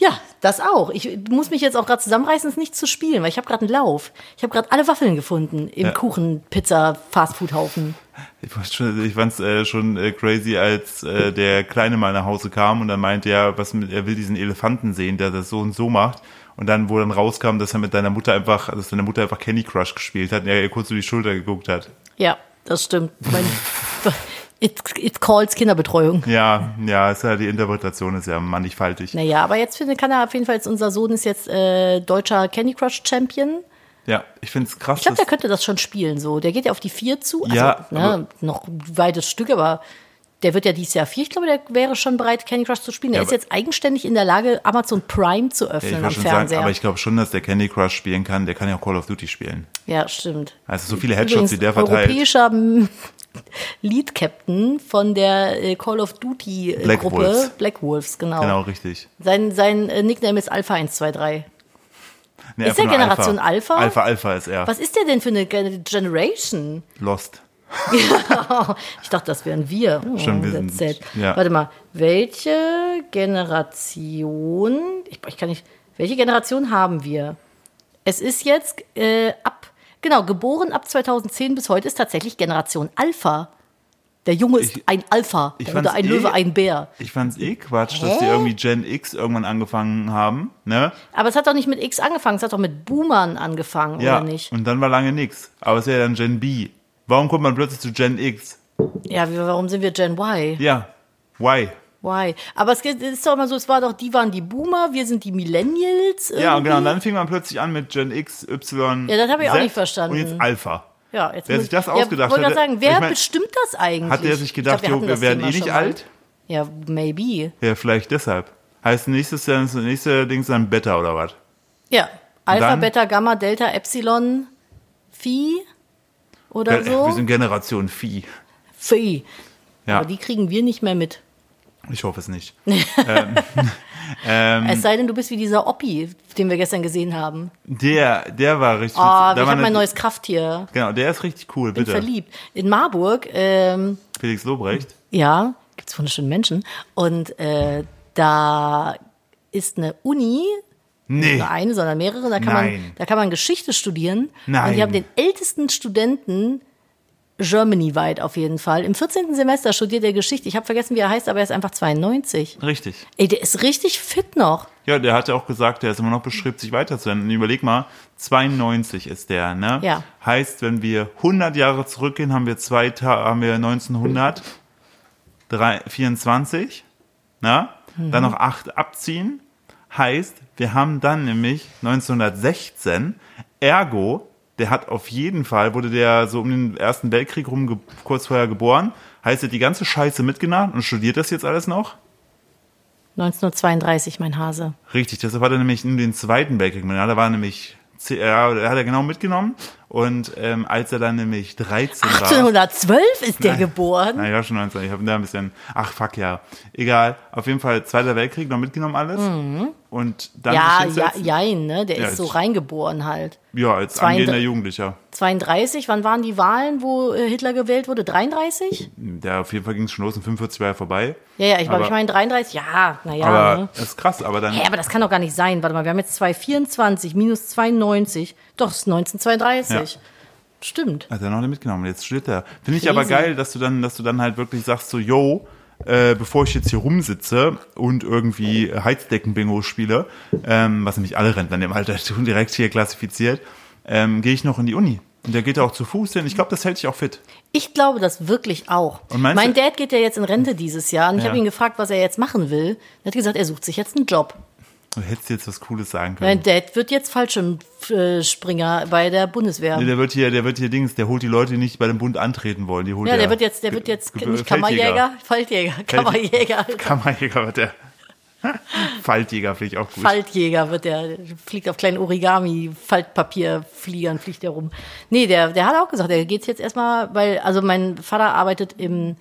Ja, das auch. Ich muss mich jetzt auch gerade zusammenreißen, es nicht zu spielen, weil ich habe gerade einen Lauf. Ich habe gerade alle Waffeln gefunden im Ja. Kuchen, Pizza, Fastfood-Haufen. Ich, fand's schon- ich fand es äh, schon äh, crazy, als äh, der Kleine mal nach Hause kam und dann meinte er, was mit, er will diesen Elefanten sehen, der das so und so macht. Und dann, wo dann rauskam, dass er mit deiner Mutter einfach, dass deine Mutter einfach Candy Crush gespielt hat und er ihr kurz über die Schulter geguckt hat. Ja, das stimmt. Mein, it, it calls Kinderbetreuung. Ja, ja, ist ja die Interpretation ist ja mannigfaltig. Naja, aber jetzt finde, kann er auf jeden Fall, jetzt- unser Sohn ist jetzt äh, deutscher Candy Crush Champion. Ja, ich finde es krass. Ich glaube, der dass, könnte das schon spielen so. Der geht ja auf die vier zu. Also, Ja, ne, aber- noch ein weites Stück, aber der wird ja dieses Jahr vier. Ich glaube, der wäre schon bereit, Candy Crush zu spielen. Er Ja, ist aber- jetzt eigenständig in der Lage, Amazon Prime zu ja, öffnen ich wollte am schon Fernseher. sagen, aber ich glaube schon, dass der Candy Crush spielen kann. Der kann ja auch Call of Duty spielen. ja, stimmt. Also so viele Headshots, die der verteilt. europäischer mm, Lead Captain von der äh, Call of Duty äh, Black Gruppe Wolves. Black Wolves, genau. Genau, richtig. Sein sein äh, Nickname ist Alpha 123. Nee, Ist einfach der nur Generation Alpha? Alpha, Alpha ist er. Was ist der denn für eine Gen- Generation? Lost. ich dachte, das wären wir. Oh, Schon, wir that's sind- sad. ja. Warte mal, welche Generation, ich, ich kann nicht, welche Generation haben wir? Es ist jetzt äh, ab, genau, geboren ab 2010 bis heute ist tatsächlich Generation Alpha. Der Junge ist Ich- ein Alpha ich oder fand's ein eh- Löwe, ein Bär. Ich fand's eh Quatsch, dass die Hä? irgendwie Gen X irgendwann angefangen haben, ne? Aber es hat doch nicht mit X angefangen, es hat doch mit Boomern angefangen, Ja. oder nicht? Und dann war lange nix. Aber es ist ja dann Gen B. Warum kommt man plötzlich zu Gen X? Ja, wir, warum sind wir Gen Y? Ja. Why? Why? Aber es geht- es ist doch immer so, es war doch, die waren die Boomer, wir sind die Millennials. Irgendwie. Ja, und genau. Und dann fing man plötzlich an mit Gen X, Y. Ja, das hab ich auch Z nicht verstanden. Und jetzt Alpha. Ja, jetzt Wer muss- sich das ja, ausgedacht wollte gerade hat, sagen, wer ich mein, bestimmt das eigentlich? Hat er sich gedacht, Ich glaub, wir jo, hatten wir werden das Thema eh nicht schon mal. alt? Ja, maybe. Ja, vielleicht deshalb. Heißt nächstes Jahr ist das nächste Ding ist dann Beta oder was? Ja, Alpha, dann- Beta, Gamma, Delta, Epsilon, Phi oder Äh, Wir so. sind Generation Phi. Phi. Ja, Aber die kriegen wir nicht mehr mit. ich hoffe es nicht. Ähm, Es sei denn, du bist wie dieser Oppi, den wir gestern gesehen haben. Der, der war richtig. Oh, da ich war habe eine- mein neues Krafttier. Genau, der ist richtig cool, Bin bitte. verliebt. In Marburg ähm, Felix Lobrecht. Ja, gibt's wunderschöne Menschen. Und äh, da ist eine Uni, Nee. nur eine, sondern mehrere, da kann, Nein. man, da kann man Geschichte studieren. Nein. Und die haben den ältesten Studenten Germany-weit auf jeden Fall. Im 14. Semester studiert er Geschichte. Ich habe vergessen, wie er heißt, aber er ist einfach 92. Richtig. Ey, der ist richtig fit noch. Ja, der hatte auch gesagt, der ist immer noch bestrebt, sich weiterzuentwickeln. Und Überleg mal, 92 ist der, ne? Ja. Heißt, wenn wir 100 Jahre zurückgehen, haben wir, zwei, Ta- haben wir 1924, ne? Dann noch 8 abziehen. Heißt, wir haben dann nämlich 1916, ergo, der hat auf jeden Fall, wurde der so um den Ersten Weltkrieg rum ge- kurz vorher geboren, heißt, er hat die ganze Scheiße mitgenommen und studiert das jetzt alles noch? 1932, mein Hase. Richtig, deshalb hat er nämlich nur den zweiten Weltkrieg mitgenommen. Da war nämlich, C- ja, da hat er genau mitgenommen. Und ähm, als er dann nämlich 13 war. 1812 ist der geboren. Naja, schon 19. Ich habe da ein bisschen. Ach, fuck ja. Egal. Auf jeden Fall, Zweiter Weltkrieg noch mitgenommen alles. Und dann Mhm. Ja, ist ja, jetzt, jein, ne? Der Ja, ist so jetzt- reingeboren halt. ja, als 32. angehender Jugendlicher. 32, wann waren die Wahlen, wo äh, Hitler gewählt wurde? 33? Ja, auf jeden Fall ging es schon los. Um In 45 war er vorbei. Ja, ja, ich glaube, Aber- ich meine 33. Ja, naja. Aber Ne? das ist krass. Aber dann. Hä, aber das kann doch gar nicht sein. Warte mal, wir haben jetzt 224 minus 92. Doch, es ist 1932. Stimmt. Hat er noch nicht mitgenommen. Jetzt steht er. Finde ich Crazy. aber geil, dass du dann, dass du dann halt wirklich sagst so, yo, äh, bevor ich jetzt hier rumsitze und irgendwie Heizdecken-Bingo spiele, ähm, was nämlich alle Rentner in dem Alter tun, direkt hier klassifiziert, ähm, gehe ich noch in die Uni. Und der geht ja auch zu Fuß hin. Ich glaube, das hält dich auch fit. Ich glaube das wirklich auch. Und meinst Mein du- Dad geht ja jetzt in Rente dieses Jahr und ich Ja. habe ihn gefragt, was er jetzt machen will. Er hat gesagt, er sucht sich jetzt einen Job. Du hättest jetzt was Cooles sagen Mein können. Dad wird jetzt Fallschirmspringer bei der Bundeswehr. Nee, der wird hier, der wird hier Dings, der holt die Leute, die nicht bei dem Bund antreten wollen. Die holt Ja, er der wird jetzt, der Ge- wird jetzt Ge- nicht Feldjäger. Kammerjäger, Faltjäger, Kammerjäger. Kammerjäger wird der. Faltjäger finde ich auch gut. Faltjäger wird der, fliegt auf kleinen Origami, Faltpapierfliegern fliegt er rum. Nee, der, der hat auch gesagt, der geht jetzt erstmal, weil, also mein Vater arbeitet im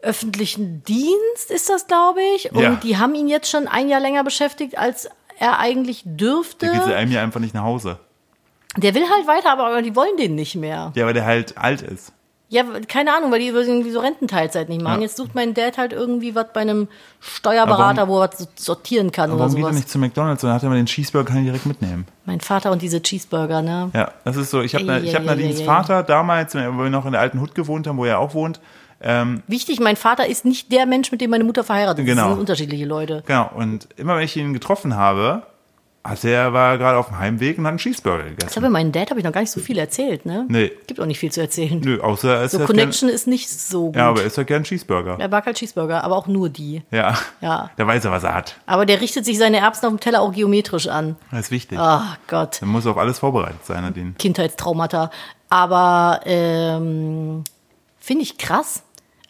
öffentlichen Dienst, ist das, glaube ich. Und Ja. die haben ihn jetzt schon ein Jahr länger beschäftigt, als er eigentlich dürfte. Der geht zu einem ja einfach nicht nach Hause. Der will halt weiter, aber, aber die wollen den nicht mehr. Ja, weil der halt alt ist. Ja, keine Ahnung, weil die irgendwie so Rententeilzeit nicht machen. Ja. Jetzt sucht mein Dad halt irgendwie was bei einem Steuerberater, Aber wo er was sortieren kann oder Warum geht er sowas. nicht zu McDonalds und hat immer den Cheeseburger, kann ich direkt mitnehmen? Mein Vater und diese Cheeseburger, ne? Ja, das ist so. Ich habe ne, ich hab Eieieiei. Nadines Vater damals, äh, wo wir noch in der alten Hut gewohnt haben, wo er auch wohnt. Wichtig, mein Vater ist nicht der Mensch, mit dem meine Mutter verheiratet ist. Genau. Das sind unterschiedliche Leute. Genau. Und immer wenn ich ihn getroffen habe, hat er, war er gerade auf dem Heimweg und hat einen Cheeseburger Ich gegessen. glaube, meinem Dad habe ich noch gar nicht so viel erzählt, ne? Nee. Gibt auch nicht viel zu erzählen. Nö, außer er ist So halt Connection ist nicht so gut. Gern, ja, aber er ist halt gern Cheeseburger. er mag halt Cheeseburger, aber auch nur die. Ja. Ja. Da weiß er, was er hat. Aber der richtet sich seine Erbsen auf dem Teller auch geometrisch an. Das ist wichtig. Ach Gott. Man muss auf alles vorbereitet sein, Nadine. Kindheitstraumata. Aber ähm, finde ich krass.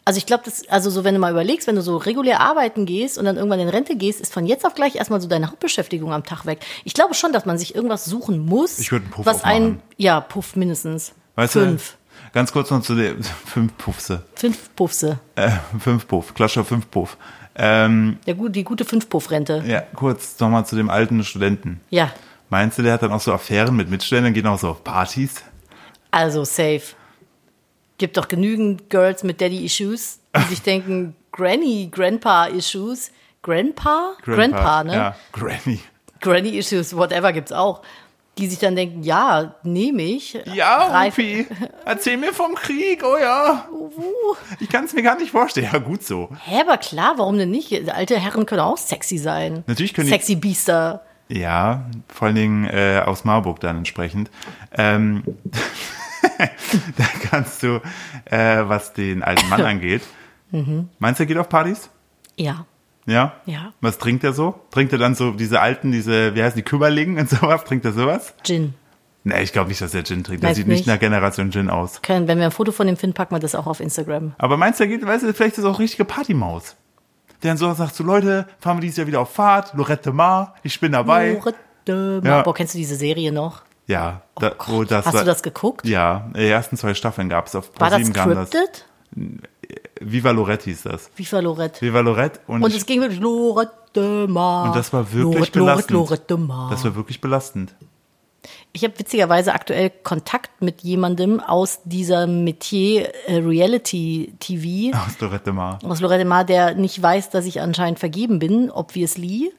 Also ich glaube, das, also so, wenn du mal überlegst, wenn du so regulär arbeiten gehst und dann irgendwann in Rente gehst, ist von jetzt auf gleich erstmal so deine Hauptbeschäftigung am Tag weg. Ich glaube schon, dass man sich irgendwas suchen muss. Ich würd einen Puff was einen, aufmachen. Ja, Puff mindestens. Weißt fünf. du? Ganz kurz noch zu dem. Fünf Puffse. Fünf Puffse. Äh, fünf Puff. Klatscher fünf Puff. Ähm, Der, gut- die gute Fünf-Puff-Rente. Ja, kurz nochmal zu dem alten Studenten. Ja, Meinst du, der hat dann auch so Affären mit Mitstudenten, geht auch so auf Partys? also safe. Gibt doch genügend Girls mit Daddy-Issues, die sich denken, Granny, Grandpa-Issues. Grandpa? Grandpa, ne? Ja, Granny. Granny-Issues, whatever gibt's auch. Die sich dann denken, ja, nehme ich. Ja, Reif- Rupi, erzähl mir vom Krieg, oh ja. Uh, Ich kann es mir gar nicht vorstellen. Ja, gut so. Hä, aber klar, warum denn nicht? Alte Herren können auch sexy sein. Natürlich können die- Sexy Biester. Ja, vor allen Dingen äh, aus Marburg dann entsprechend. Ähm, da kannst du, äh, was den alten Mann angeht. Meinst du, er geht auf Partys? Ja. Ja? Mhm. Ja. Was trinkt er so? Trinkt er dann so diese alten, diese, wie heißen die, Kümmerlingen und sowas? Trinkt er sowas? Gin. Nee, ich glaube nicht, dass er Gin trinkt. Der Weiß sieht nicht nicht. nach Generation Gin aus. Können, wenn wir ein Foto von dem finden, packen wir das auch auf Instagram. Aber meinst du, er geht, weißt du, vielleicht ist er auch richtige Partymaus. Der dann so sagt, so Leute, fahren wir dieses Jahr wieder auf Fahrt, Lorette Mar, ich bin dabei. Lorette Ja. Mar- Boah, kennst du diese Serie noch? Ja, da, Gott, oh, das hast war, du das geguckt? Ja, die ersten zwei Staffeln gab's auf War das ProSieben kam das. scripted? Viva Lorette hieß das. Wie war Lorette? Viva Lorette und, Und es ging wirklich Lorette Mar. und das war wirklich Lorette, belastend. Lorette, Lorette Mar. Das war wirklich belastend. Ich habe witzigerweise aktuell Kontakt mit jemandem aus diesem Metier äh, Reality TV. Aus Lorette Mar. aus Lorette Mar, der nicht weiß, dass ich anscheinend vergeben bin, obviously,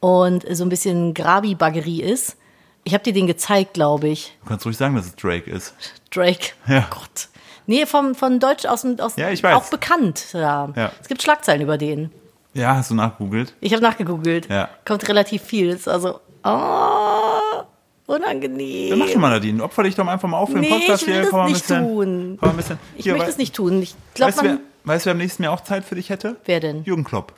und so ein bisschen Grabi-Baggerie ist. Ich habe dir den gezeigt, glaube ich. Du kannst ruhig sagen, dass es Drake ist. Drake. Ja. Oh Gott. Nee, vom, von Deutsch aus, dem- aus Ja, ich weiß. auch bekannt. Ja. Ja. Es gibt Schlagzeilen über den. Ja, hast du nachgoogelt? Ich habe nachgegoogelt. Ja. Kommt relativ viel. Ist also oh, Dann mach schon unangenehm. mal, Nadine. Opfer dich doch einfach mal auf für den Nee, Podcast ich will hier. das Komm mal ein nicht bisschen, tun. Komm mal ein bisschen. Ich Hier, möchte wei- es nicht tun. Ich glaube, weißt, du, man. wer, weißt du, wer am nächsten Jahr auch Zeit für dich hätte? Wer denn? Jürgen Klopp.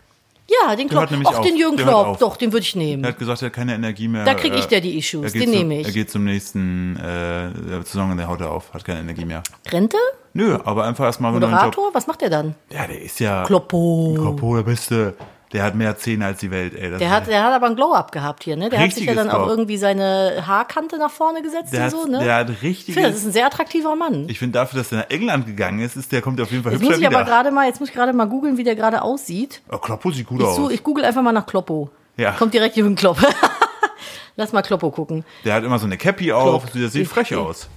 Ja, den hört Klopp. nämlich Auch auf. den Jürgen Der hört Klopp. auf. Doch, den würde ich nehmen. Er hat gesagt, er hat keine Energie mehr. äh, Da krieg ich der die Issues, er geht den zum- nehme ich. Er geht zum nächsten äh, Saison und der haut er auf, hat keine Energie mehr. Rente? Nö, aber einfach erstmal einen neuen Job. Moderator? Was macht er dann? Ja, der ist ja. Kloppo. Kloppo, der Beste. Der hat mehr Zähne als die Welt, ey. Das Der hat, der hat aber ein Glow-Up gehabt hier, ne? Der hat sich ja Richtiges dann auch Glow-up. irgendwie seine Haarkante nach vorne gesetzt der und hat, so, ne? der hat ich finde, das richtiges. ist ein sehr attraktiver Mann. Ich finde dafür, dass er nach England gegangen ist, ist der kommt auf jeden Fall Jetzt hübscher muss ich aber wieder. gerade mal, jetzt muss ich gerade mal googeln, wie der gerade aussieht. Oh, Kloppo sieht gut Ich, aus. such, ich google einfach mal nach Kloppo. Ja. Kommt direkt Jürgen Klopp. Lass mal Kloppo gucken. der hat immer so eine Cappy auf, Klopp. der sieht Ich- frech ich- aus.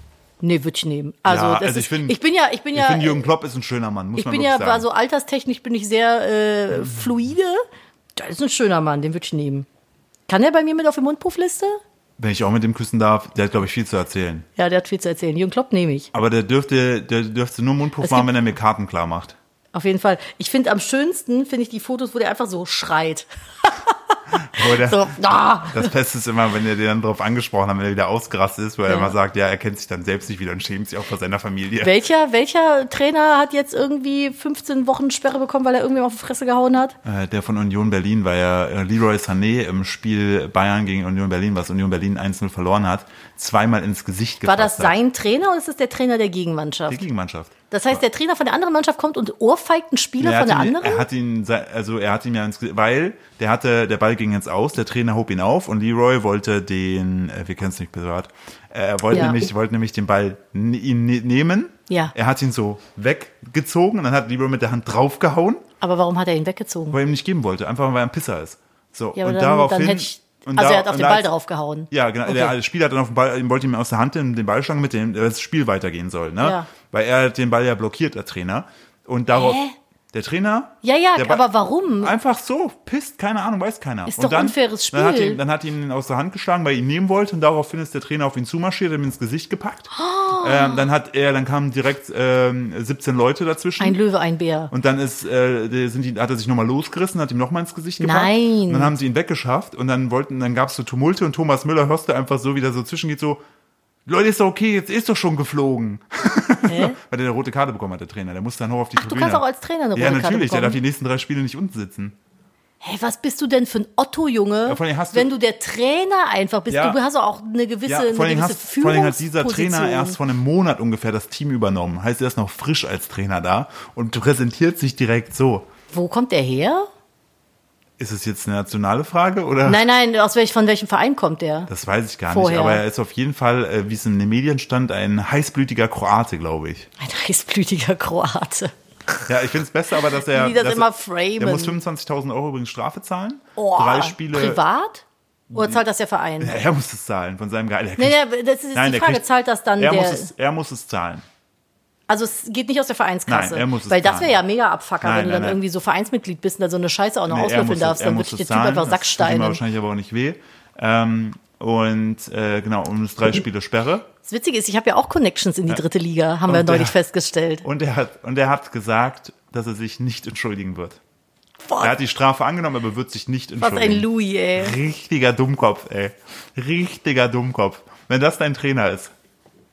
Nee, würde ich nehmen. Also, Ja, das also ist, ich find- ich bin ja, ich bin Ich ja, äh, finde, Jürgen Klopp ist ein schöner Mann, muss ich man bin wirklich ja, sagen. also alterstechnisch bin ich sehr äh, fluide. Das ist ein schöner Mann, den würde ich nehmen. Kann er bei mir mit auf die Mundpuffliste? Wenn ich auch mit dem küssen darf, der hat, glaube ich, viel zu erzählen. Ja, der hat viel zu erzählen. Jürgen Klopp nehme ich. Aber der dürfte, der dürfte nur Mundpuff Es machen, gibt- wenn er mir Karten klar macht. Auf jeden Fall. Ich finde am schönsten, finde ich die Fotos, wo der einfach so schreit. Oder? So, ah! Das Beste ist immer, wenn er den dann drauf angesprochen hat, wenn er wieder ausgerastet ist, weil er Ja. immer sagt, ja, er kennt sich dann selbst nicht wieder und schämt sich auch vor seiner Familie. Welcher, welcher Trainer hat jetzt irgendwie 15 Wochen Sperre bekommen, weil er irgendwem auf die Fresse gehauen hat? Äh, Der von Union Berlin war ja äh, Leroy Sané im Spiel Bayern gegen Union Berlin, was Union Berlin 1-0 verloren hat, zweimal ins Gesicht gefasst War das hat. sein Trainer oder ist das der Trainer der Die Gegenmannschaft? Gegenmannschaft. Das heißt, der Trainer von der anderen Mannschaft kommt und ohrfeigt einen Spieler Er von hat der ihn, anderen? er hat ihn, se- also er hat ihn ja ins Gesicht, weil der hatte, der Ball ging jetzt aus, der Trainer hob ihn auf und Leroy wollte den, äh, wir kennen es nicht privat, äh, er wollte, Ja. nämlich, wollte nämlich den Ball n- ihn ne- nehmen. Ja. Er hat ihn so weggezogen und dann hat Leroy mit der Hand draufgehauen, Aber warum hat er ihn weggezogen? weil er ihm nicht geben wollte, einfach weil er ein Pisser ist. So, Ja, und aber dann, daraufhin. dann hätte ich, und also da- er hat auf und den Ball als- draufgehauen. ja, genau. Okay. Der Spieler hat dann auf den Ball, wollte ihm aus der Hand den, den Ball schlagen, mit dem das Spiel weitergehen soll, ne? Ja. Weil er hat den Ball ja blockiert, der Trainer. Und darauf. Hä? Der Trainer? Ja, ja, der Ball- aber warum? Einfach so, pisst, keine Ahnung, weiß keiner. Ne. Ist und doch dann, unfaires Dann hat, Spiel. ihn, dann hat ihn aus der Hand geschlagen, weil er ihn nehmen wollte und daraufhin ist der Trainer auf ihn zumarschiert, hat ihm ins Gesicht gepackt. Oh. Ähm, dann hat er, dann kamen direkt ähm, 17 Leute dazwischen. Ein Löwe, ein Bär. Und dann ist, äh, der- sind die, hat er sich nochmal losgerissen, hat ihm nochmal ins Gesicht gepackt. Nein. Und dann haben sie ihn weggeschafft und dann wollten, dann gab's so Tumulte und Thomas Müller hörst du einfach so, wie der so zwischengeht, so, Leute, ist doch okay, jetzt ist doch schon geflogen. Hä? Weil der eine rote Karte bekommen hat, der Trainer. Der musste dann hoch auf die du Tribüne. kannst auch als Trainer eine Ja, rote Karte natürlich. Der bekommen. darf die nächsten drei Spiele nicht unten sitzen. Hey, was bist du denn für ein Otto-Junge, Ja, vor allem hast du- wenn du der Trainer einfach bist? Ja. Du hast auch eine gewisse, Ja, vor eine allem, gewisse hast, vor allem hat dieser Führungsposition. Trainer erst vor einem Monat ungefähr das Team übernommen. Heißt, er ist noch frisch als Trainer da und präsentiert sich direkt so. Wo kommt der her? Ist es jetzt eine nationale Frage oder? Nein, nein, aus welch, von welchem Verein kommt der? Das weiß ich gar Vorher. nicht, aber er ist auf jeden Fall, äh, wie es in den Medien stand, ein heißblütiger Kroate, glaube ich. Ein heißblütiger Kroate. Ja, ich finde es besser, aber dass er. Wie die das dass immer er- framen. Er muss 25.000 Euro übrigens Strafe zahlen. Oh, drei Spiele. Privat? Oder zahlt das der Verein? Ja, Er muss es zahlen von seinem Gehalt. Er Nee, kriegt- nee, das ist jetzt Nein, die der Frage, kriegt- zahlt das dann er der? Muss es, er muss es zahlen. Also es geht nicht aus der Vereinskasse. Nein, er muss es weil das wäre ja zahlen. mega Abfucker, Nein, wenn du nein, dann nein. irgendwie so Vereinsmitglied bist und dann so eine Scheiße auch noch er auslöffeln muss darfst, es- er dann muss wird der es Typ einfach zahlen. Das tut ihm Sacksteine. wahrscheinlich aber auch nicht weh. Ähm, und äh, genau, und es ist drei Spiele Sperre. Das Witzige ist, ich habe ja auch Connections in die dritte Liga, haben wir Und der- neulich festgestellt. Und er hat, und er hat gesagt, dass er sich nicht entschuldigen wird. Er Boah, hat die Strafe angenommen, aber wird sich nicht was entschuldigen. ein Louis, ey. Richtiger Dummkopf, ey. Richtiger Dummkopf. Wenn das dein Trainer ist.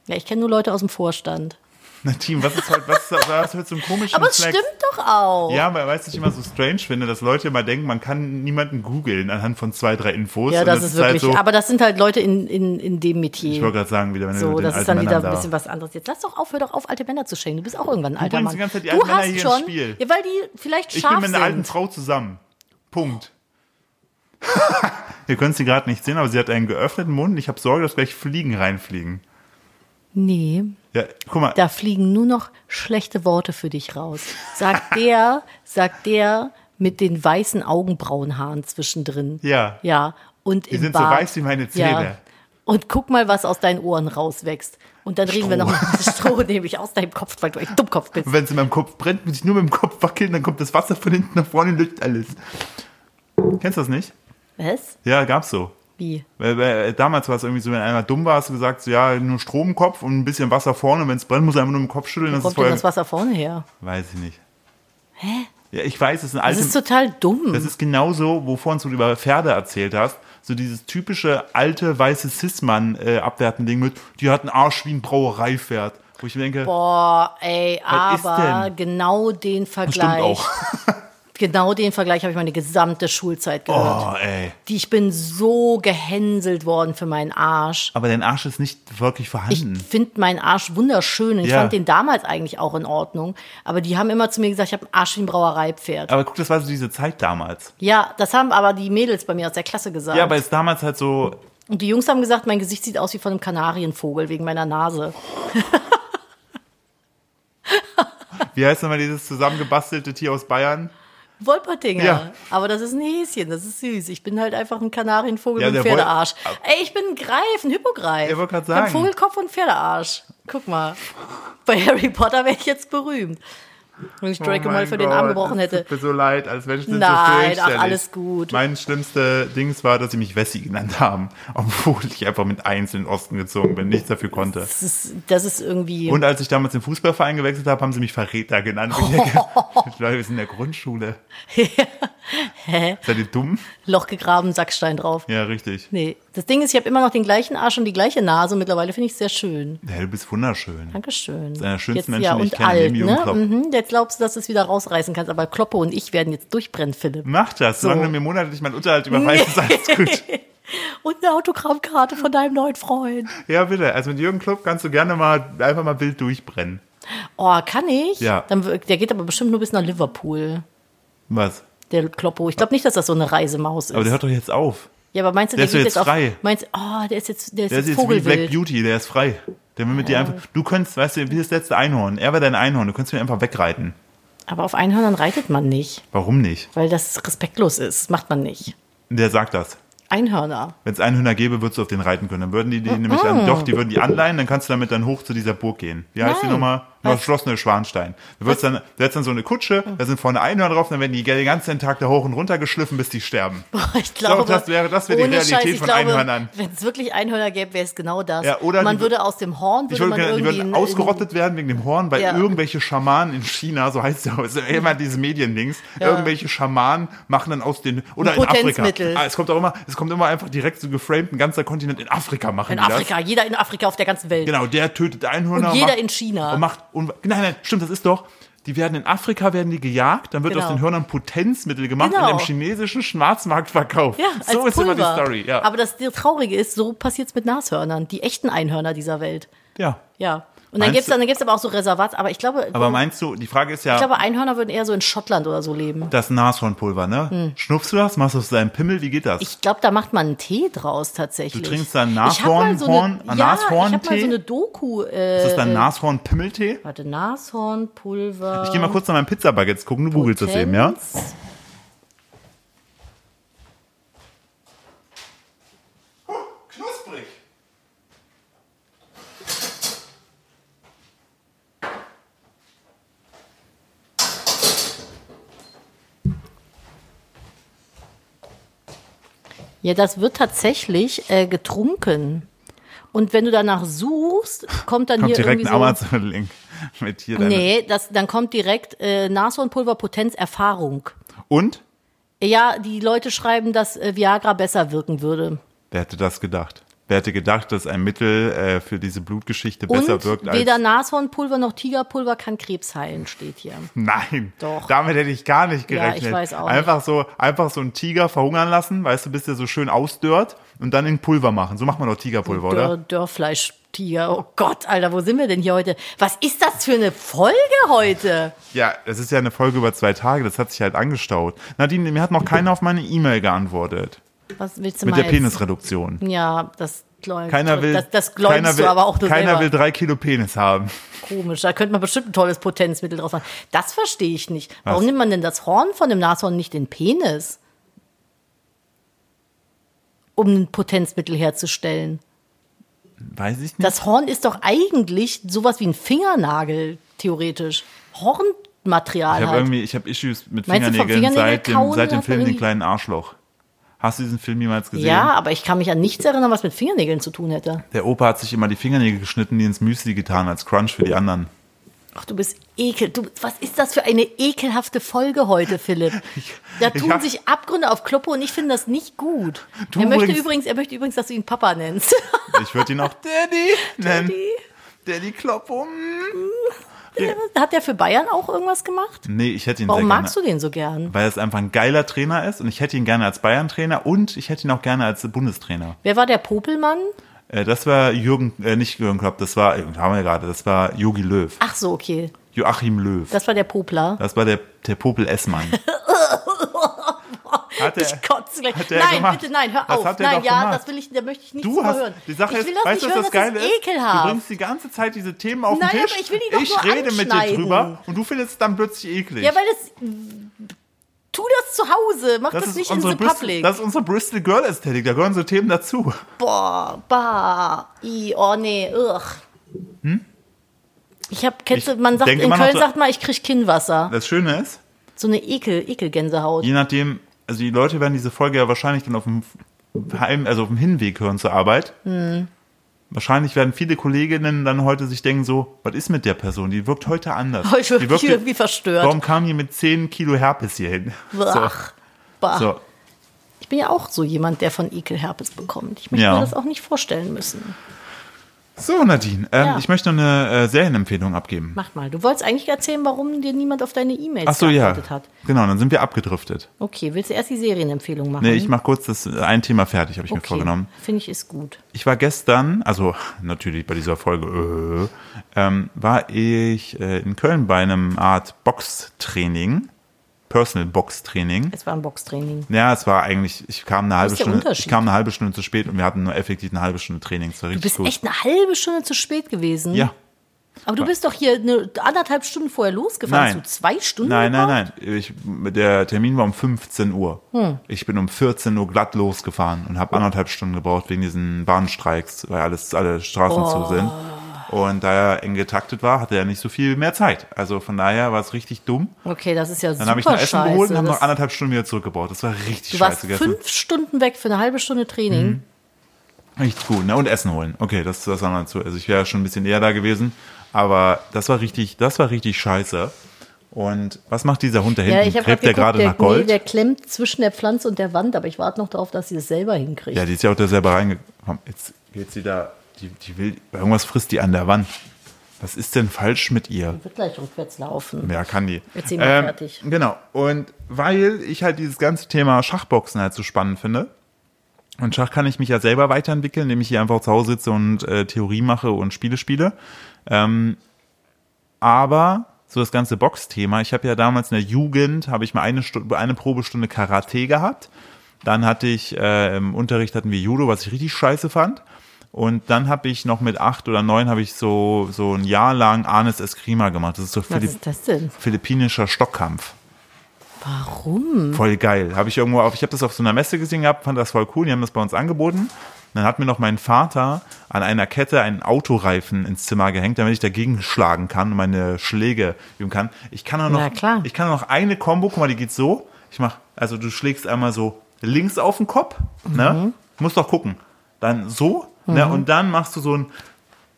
Ja, ich kenne nur Leute aus dem Vorstand. Na, Team, was ist heute, was, ist- was hört so einen komischen Aber es Flex? stimmt doch auch. Ja, weil weil ich es immer so strange finde, dass Leute immer denken, man kann niemanden googeln anhand von zwei, drei Infos. Ja, Und das ist wirklich. Halt so, aber das sind halt Leute in, in, in dem ich Metier. wollte gerade sagen, wieder, wenn du So, mit den das ist alten dann wieder Männern ein da- bisschen was anderes. Jetzt lass doch auf, hör doch auf, alte Männer zu schenken. Du bist auch irgendwann ein alter bringst Mann. die ganze Zeit die du alten Männer hast hier ins schon. Spiel. Ja, weil die vielleicht Ich bin scharf mit einer alten sind. Frau zusammen. Punkt. Ihr könnt sie gerade nicht sehen, aber sie hat einen geöffneten Mund. Ich habe Sorge, dass gleich Fliegen reinfliegen. Nee, Ja, guck mal. da fliegen nur noch schlechte Worte für dich raus. Sagt der, sagt der mit den weißen Augenbrauenhaaren zwischendrin. Ja. Ja. Und Die im sind so Bart. weiß wie meine Zähne. Ja. Und guck mal, was aus deinen Ohren rauswächst. Und dann reden wir noch mal Stroh, nämlich aus deinem Kopf, weil du echt Dummkopf bist. Wenn es in meinem Kopf brennt, muss ich nur mit dem Kopf wackeln, dann kommt das Wasser von hinten nach vorne und löscht alles. Kennst du das nicht? Was? Ja, gab's so. Wie? Weil, weil damals war es irgendwie so, wenn einer dumm war, hast du gesagt, so, ja, nur Strom im Kopf und ein bisschen Wasser vorne. Wenn es brennt, muss er einfach nur im Kopf schütteln. Das ist Kommt denn voll, das Wasser vorne her? Weiß ich nicht. Hä? Ja, ich weiß, es ist ein Das altes. ist total dumm. Das ist genauso, wovon du über Pferde erzählt hast. So dieses typische alte weiße Cis-Mann äh, abwerten Ding mit, die hat einen Arsch wie ein Brauereipferd. Wo ich mir denke, Boah, ey, Was ist aber denn? genau den stimmt Vergleich. auch. Genau den Vergleich habe ich meine gesamte Schulzeit gehört. Oh, ey. Die ich bin so gehänselt worden für meinen Arsch. Aber dein Arsch ist nicht wirklich Ich vorhanden. finde meinen Arsch wunderschön und ich Hm. Ja. fand den damals eigentlich auch in Ordnung. Aber die haben immer zu mir gesagt, ich habe einen Arsch wie ein Brauereipferd. aber guck, das war so diese Zeit damals. Ja, das haben aber die Mädels bei mir aus der Klasse gesagt. Ja, aber es ist damals halt so, und die Jungs haben gesagt, mein Gesicht sieht aus wie von einem Kanarienvogel wegen meiner Nase. wie heißt nochmal dieses zusammengebastelte Tier aus Bayern? Wolpertinger. Ja. Aber das ist ein Häschen, das ist süß. Ich bin halt einfach ein Kanarienvogel Ja, mit der Pferdearsch. Wol- Ey, ich bin ein Greif, ein Hippogreif. Ja, wollte grad Ich hab sagen. Vogelkopf und Pferdearsch. Guck mal. Bei Harry Potter wäre ich jetzt berühmt. Wenn ich Oh Draco mein mal für den Gott, Arm gebrochen es hätte. Tut mir so leid, als Mensch sind so Oh Nein, ach, fürchterlich. alles gut. Mein schlimmste Dings war, dass sie mich Wessi genannt haben, obwohl ich einfach mit eins in den Osten gezogen bin, nichts dafür konnte. Das ist, das ist irgendwie. Und als ich damals den Fußballverein gewechselt habe, haben sie mich Verräter genannt. Und ich denke, Leute, wir sind in der Grundschule. hä? Seid ihr dumm? Loch gegraben, Sackstein drauf. Ja, richtig. Nee. Das Ding ist, ich habe immer noch den gleichen Arsch und die gleiche Nase. Und mittlerweile finde ich es sehr schön. Ja, du bist wunderschön. Dankeschön. einer der schönsten jetzt, Menschen, ja, die ich und kenne, alt, neben Jürgen ne? Klopp. Mhm, jetzt glaubst du, dass du es wieder rausreißen kannst. Aber Kloppe und ich werden jetzt durchbrennen, Philipp. Mach das, So. solange du mir monatlich meinen Unterhalt überweist, ist alles gut. Und eine Autogrammkarte von deinem neuen Freund. Ja, bitte. Also mit Jürgen Klopp kannst du gerne mal einfach mal wild durchbrennen. Oh, kann ich? Ja. Dann, wir- der geht aber bestimmt nur bis nach Liverpool, Was? der Kloppo. Ich glaube nicht, dass das so eine Reisemaus ist. Aber der hört doch jetzt auf. ja, aber meinst du, der der, ist geht doch jetzt jetzt frei. Auf, meinst, oh, der ist jetzt, der ist Der ist jetzt jetzt wie Black Vogelwild. Beauty, der ist frei. Der will mit dir einfach. Du könntest, weißt du, wie das letzte Einhorn. Er war dein Einhorn, du könntest mir einfach wegreiten. Aber auf Einhörnern reitet man nicht, Warum nicht? weil das respektlos ist. Das macht man nicht. Der sagt das. Einhörner. Wenn es Einhörner gäbe, würdest du auf den reiten können. Dann würden die, die Ah, nämlich dann, doch, die würden die anleihen, dann kannst du damit dann hoch zu dieser Burg gehen. Wie heißt die Nein. nochmal? Was? Oh. Das Schloss Neuschwanstein. Du wirst dann, du hättest dann so eine Kutsche, da sind vorne Einhörner drauf, dann werden die den ganzen Tag da hoch und runter geschliffen, bis die sterben. Boah, ich glaube, das wäre- das wäre die ohne Realität Scheiß, ich von glaube, Einhörnern. Wenn es wirklich Einhörner gäbe, wäre es genau das. Ja, oder man die- würde aus dem Horn Ich würde würde man gerne, die irgendwie würden in- ausgerottet werden wegen dem Horn, weil Ja. irgendwelche Schamanen in China, so heißt es ja ist immer diese Mediendings, irgendwelche Schamanen machen dann aus den, oder Ein in Afrika. Potenzmittel. Ah, es kommt auch immer, es kommt immer einfach direkt so geframed, ein ganzer Kontinent in Afrika machen in, in die Afrika. Jeder in Afrika auf der ganzen Welt. das. Genau, der tötet Einhörner. Und jeder macht, in China. Und macht, und, nein, nein, stimmt, das ist doch, die werden in Afrika werden die gejagt, dann wird Genau. aus den Hörnern Potenzmittel gemacht Genau. und im chinesischen Schwarzmarkt verkauft. Ja, als so ist Pulver. immer die Story. Ja. Aber das Traurige ist, so passiert's mit Nashörnern, die echten Einhörner dieser Welt. ja. Ja. Und dann Meinst gibt's du- dann, dann gibt's aber auch so Reservats. Aber ich glaube, Aber meinst du, die Frage ist ja, ich glaube, Einhörner würden eher so in Schottland oder so leben. das Nashornpulver, ne? Schnupfst du das? Machst du es deinem Pimmel? Wie geht das? Hm. Ich glaube, da macht man einen Tee draus tatsächlich. Du trinkst da einen Ich hab mal so eine- Nashorn- Horn- ja, einen Ich habe mal Nashorn-Tee? so eine Doku. Äh, Ist das dein Nashorn-Pimmeltee? warte, Nashorn, Pulver. Ich gehe mal kurz nach meinen Pizzabaguettes gucken. Du googelst das eben, ja? äh, Potenz. Knusprig. Ja, das wird tatsächlich äh, getrunken. Und wenn du danach suchst, kommt dann Kommt hier direkt irgendwie ein so. Amazon-Link mit hier deine. Nee, das, dann kommt direkt äh, Nashornpulver Potenz Erfahrung. Und? Ja, die Leute schreiben, dass äh, Viagra besser wirken würde. Wer hätte das gedacht? Wer hätte gedacht, dass ein Mittel äh, für diese Blutgeschichte besser Und wirkt als. weder Nashornpulver noch Tigerpulver kann Krebs heilen, steht hier. Nein, Doch. damit hätte ich gar nicht Ja, ich gerechnet. weiß auch einfach so, einfach so einen Tiger verhungern lassen, weißt du, bis der so schön ausdörrt und dann in Pulver machen. So macht man doch Tigerpulver, Dörr, oder? Dörrfleischtiger. Oh Gott, Alter, wo sind wir denn hier heute? Was ist das für eine Folge heute? Ja, das ist ja eine Folge über zwei Tage, das hat sich halt angestaut. Nadine, mir hat noch keiner auf meine E-Mail geantwortet. Was willst du Mit mal der jetzt? Penisreduktion. Ja, das gläubst, Keiner will, das, das gläubst keiner will, du aber auch nur keiner selber. will drei Kilo Penis haben. Komisch, da könnte man bestimmt ein tolles Potenzmittel draus machen. Das verstehe ich nicht. Warum Was? nimmt man denn das Horn von dem Nashorn nicht den Penis? Um ein Potenzmittel herzustellen. Weiß ich nicht. Das Horn ist doch eigentlich sowas wie ein Fingernagel, theoretisch. Hornmaterial ich habe halt. irgendwie, ich habe Issues mit Meinst du, vom Fingernägeln seit Fingernägel dem, kauen seit dem hat man Film Den irgendwie- kleinen Arschloch. Hast du diesen Film jemals gesehen? Ja, aber ich kann mich an nichts erinnern, was mit Fingernägeln zu tun hätte. Der Opa hat sich immer die Fingernägel geschnitten, die ins Müsli getan, als Crunch für die anderen. Ach, du bist ekel. Du, was ist das für eine ekelhafte Folge heute, Philipp? Da ich tun hab- sich Abgründe auf Kloppe und ich finde das nicht gut. Du er, möchte übrigens- übrigens, er möchte übrigens, dass du ihn Papa nennst. Ich würde ihn auch Daddy nennen. Daddy, um. Kloppo. Hat der für Bayern auch irgendwas gemacht? Nee, ich hätte ihn Warum sehr gerne. magst du den so gern? Weil es einfach ein geiler Trainer ist und ich hätte ihn gerne als Bayern-Trainer und ich hätte ihn auch gerne als Bundestrainer. Wer war der Popelmann? Äh, das war Jürgen, äh, nicht Jürgen Klopp, das war, äh, haben wir gerade, das war Jogi Löw. Ach so, okay. Joachim Löw. Das, Das war der Popler. war der, der Popel Essmann. Hat er- ich kotze gleich. hat er Nein, gemacht. bitte, nein, hör Das auf. hat er nein, doch ja, gemacht. das will ich, da möchte ich nicht Du hast, hören. die Sache ich ist, will das weißt du, nicht was das hören, Geile ist ist? Du ekelhaft. bringst die ganze Zeit diese Themen auf Nein, den aber Tisch. ich will die doch nur rede mit dir anschneiden. drüber und du findest es dann plötzlich eklig. Ja, weil das. Tu das zu Hause, mach das, nicht in the Bristol, public. das ist unsere Bristol Girl Ästhetik, da gehören so Themen dazu. Boah, bah, i, oh nee, ugh. Ich hab, kennst du, man sagt, denke in Hm? immer noch Köln so- sagt man, ich krieg Kinnwasser. Das Schöne ist, So eine Ekel, Ekelgänsehaut. je nachdem, also die Leute werden diese Folge ja wahrscheinlich dann auf dem Heim, also auf dem Hinweg hören zur Arbeit. Hm. Wahrscheinlich werden viele Kolleginnen dann heute sich denken so, was ist mit der Person? Die wirkt heute anders. Ich die bin wirkt irgendwie verstört. Warum kam die mit 10 Kilo Herpes hier hin? So, Ach, bah. so. Ich bin ja auch so jemand, der von Ekel Herpes bekommt. Ich möchte Ja. mir das auch nicht vorstellen müssen. so Nadine, ähm, Ja. ich möchte noch eine äh, Serienempfehlung abgeben. Mach mal. Du wolltest eigentlich erzählen, warum dir niemand auf deine E-Mails Ach so, ja. geantwortet hat. Genau, dann sind wir abgedriftet. Okay, willst du erst die Serienempfehlung machen? Nee, ich mache kurz das äh, ein Thema fertig, habe ich mir Mhm. okay. vorgenommen. Finde ich ist gut. Ich war gestern, also natürlich bei dieser Folge, äh, ähm, war ich äh, in Köln bei einem Art Boxtraining, Personal Boxtraining. Es war ein Boxtraining. Ja, es war eigentlich, ich kam eine halbe ist der Stunde, ich Unterschied? kam eine halbe Stunde zu spät und wir hatten nur effektiv eine halbe Stunde Training. Das war Du richtig bist gut. echt eine halbe Stunde zu spät gewesen. ja. Aber du bist doch hier eine anderthalb Stunden vorher losgefahren. Nein. Hast du zwei Stunden Nein, gebraucht? nein, nein. Ich, der Termin war um 15 Uhr. Hm. Ich bin um 14 Uhr glatt losgefahren und Oh. habe anderthalb Stunden gebraucht wegen diesen Bahnstreiks, weil alles, alle Straßen Oh. zu sind. Und da er eng getaktet war, hatte er nicht so viel mehr Zeit. Also von daher war es richtig dumm. Okay, das ist ja Dann super habe ich noch Essen scheiße. geholt und habe Das- noch anderthalb Stunden wieder zurückgebaut. Das war richtig du warst scheiße Hm. gestern. fünf Stunden weg für eine halbe Stunde Training. Richtig gut, ne? Und Essen holen. Okay, das, das war noch dazu. Also ich wäre schon ein bisschen eher da gewesen. Aber das war richtig, das war richtig scheiße. Und was macht dieser Hund da hinten? Ja, ich habe Gräbt der gerade geguckt, gerade der, nach Gold? Nee, der klemmt zwischen der Pflanze und der Wand, aber ich warte noch darauf, dass sie das selber hinkriegt. Ja, die ist ja auch da selber reingekommen. Jetzt geht sie da, die, die will, irgendwas frisst die an der Wand. Was ist denn falsch mit ihr? Wird gleich rückwärts laufen. Ja, kann die. Erzähl mal fertig. Genau. Und weil ich halt dieses ganze Thema Schachboxen halt so spannend finde. Und Schach kann ich mich ja selber weiterentwickeln, indem ich hier einfach zu Hause sitze und äh, Theorie mache und Spiele spiele. Ähm, aber so das ganze Boxthema, ich habe ja damals in der Jugend, habe ich mal eine, Stunde, eine Probestunde Karate gehabt. Dann hatte ich, äh, im Unterricht hatten wir Judo, was ich richtig scheiße fand. Und dann habe ich noch mit acht oder neun habe ich so, so ein Jahr lang Arnes Eskrima gemacht. Das ist so Was Philipp- ist das denn? philippinischer Stockkampf. Warum? Voll geil. Habe ich irgendwo auf, ich habe das auf so einer Messe gesehen gehabt, fand das voll cool, die haben das bei uns angeboten. Dann hat mir noch mein Vater an einer Kette einen Autoreifen ins Zimmer gehängt, damit ich dagegen schlagen kann und meine Schläge üben kann. Ich kann auch noch, Na klar. ich kann auch noch eine Combo, guck mal, die geht so. Ich mach, also du schlägst einmal so links auf den Kopf, Mhm. ne? Musst doch gucken. Dann so, ne? Und dann machst du so einen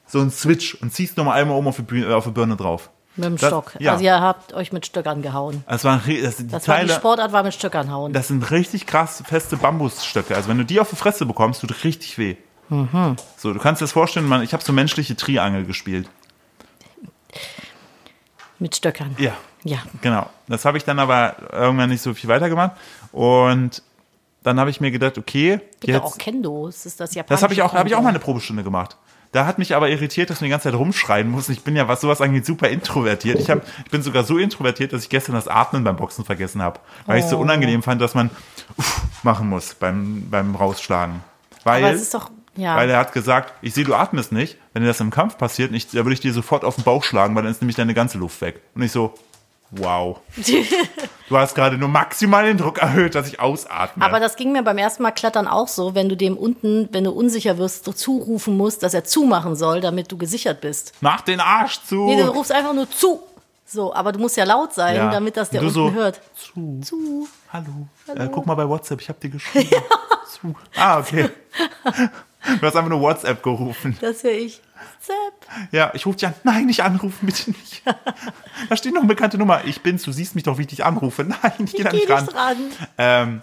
so einen Switch und ziehst nochmal einmal oben auf die, Bühne, äh, auf die Birne drauf. Mit dem Das- Stock. Ja, Also Also ihr habt euch mit Stöckern gehauen. das waren, ri- das, die Das war Teile, die Sportart war mit Stöckern hauen. das sind richtig krass feste Bambusstöcke. Also wenn du die auf die Fresse bekommst, tut richtig weh. So, du kannst dir das vorstellen, man, ich habe so menschliche Triangel gespielt. mit Stöckern. Ja. Ja. Genau. Das habe ich dann aber irgendwann nicht so viel weitergemacht. Und dann habe ich mir gedacht, okay, Gibt jetzt. auch Kendo, es ist das japanische Das habe ich auch, habe ich auch Kendo. mal eine Probestunde gemacht. Da hat mich aber irritiert, dass man die ganze Zeit rumschreien muss. Ich bin ja, was sowas angeht, super introvertiert. Ich, hab, ich bin sogar so introvertiert, dass ich gestern das Atmen beim Boxen vergessen habe. Weil Oh. ich es so unangenehm fand, dass man uff, machen muss beim, beim Rausschlagen. Weil, Aber es ist doch- ja. weil er hat gesagt, ich sehe, du atmest nicht. Wenn dir das im Kampf passiert, nicht, da würde ich dir sofort auf den Bauch schlagen, weil dann ist nämlich deine ganze Luft weg. Und ich so, wow. du hast gerade nur maximal den Druck erhöht, dass ich ausatme. Aber das ging mir beim ersten Mal Klettern auch so, wenn du dem unten, wenn du unsicher wirst, so zurufen musst, dass er zumachen soll, damit du gesichert bist. Mach den Arsch zu. Nee, du rufst einfach nur zu. So, aber du musst ja laut sein, Ja. damit das der Und unten du so, hört. Zu. Zu. Hallo. Äh, guck mal bei WhatsApp, ich habe dir geschrieben. Zu. Ah, okay. Du hast einfach nur WhatsApp gerufen. Das höre ich. Zap. Ja, ich rufe dich an. Nein, nicht anrufen, bitte nicht. Da steht noch eine bekannte Nummer. Ich bin's, du siehst mich doch, wie ich dich anrufe. Nein, ich gehe Ich da geh nicht ran. nicht ran. Ähm,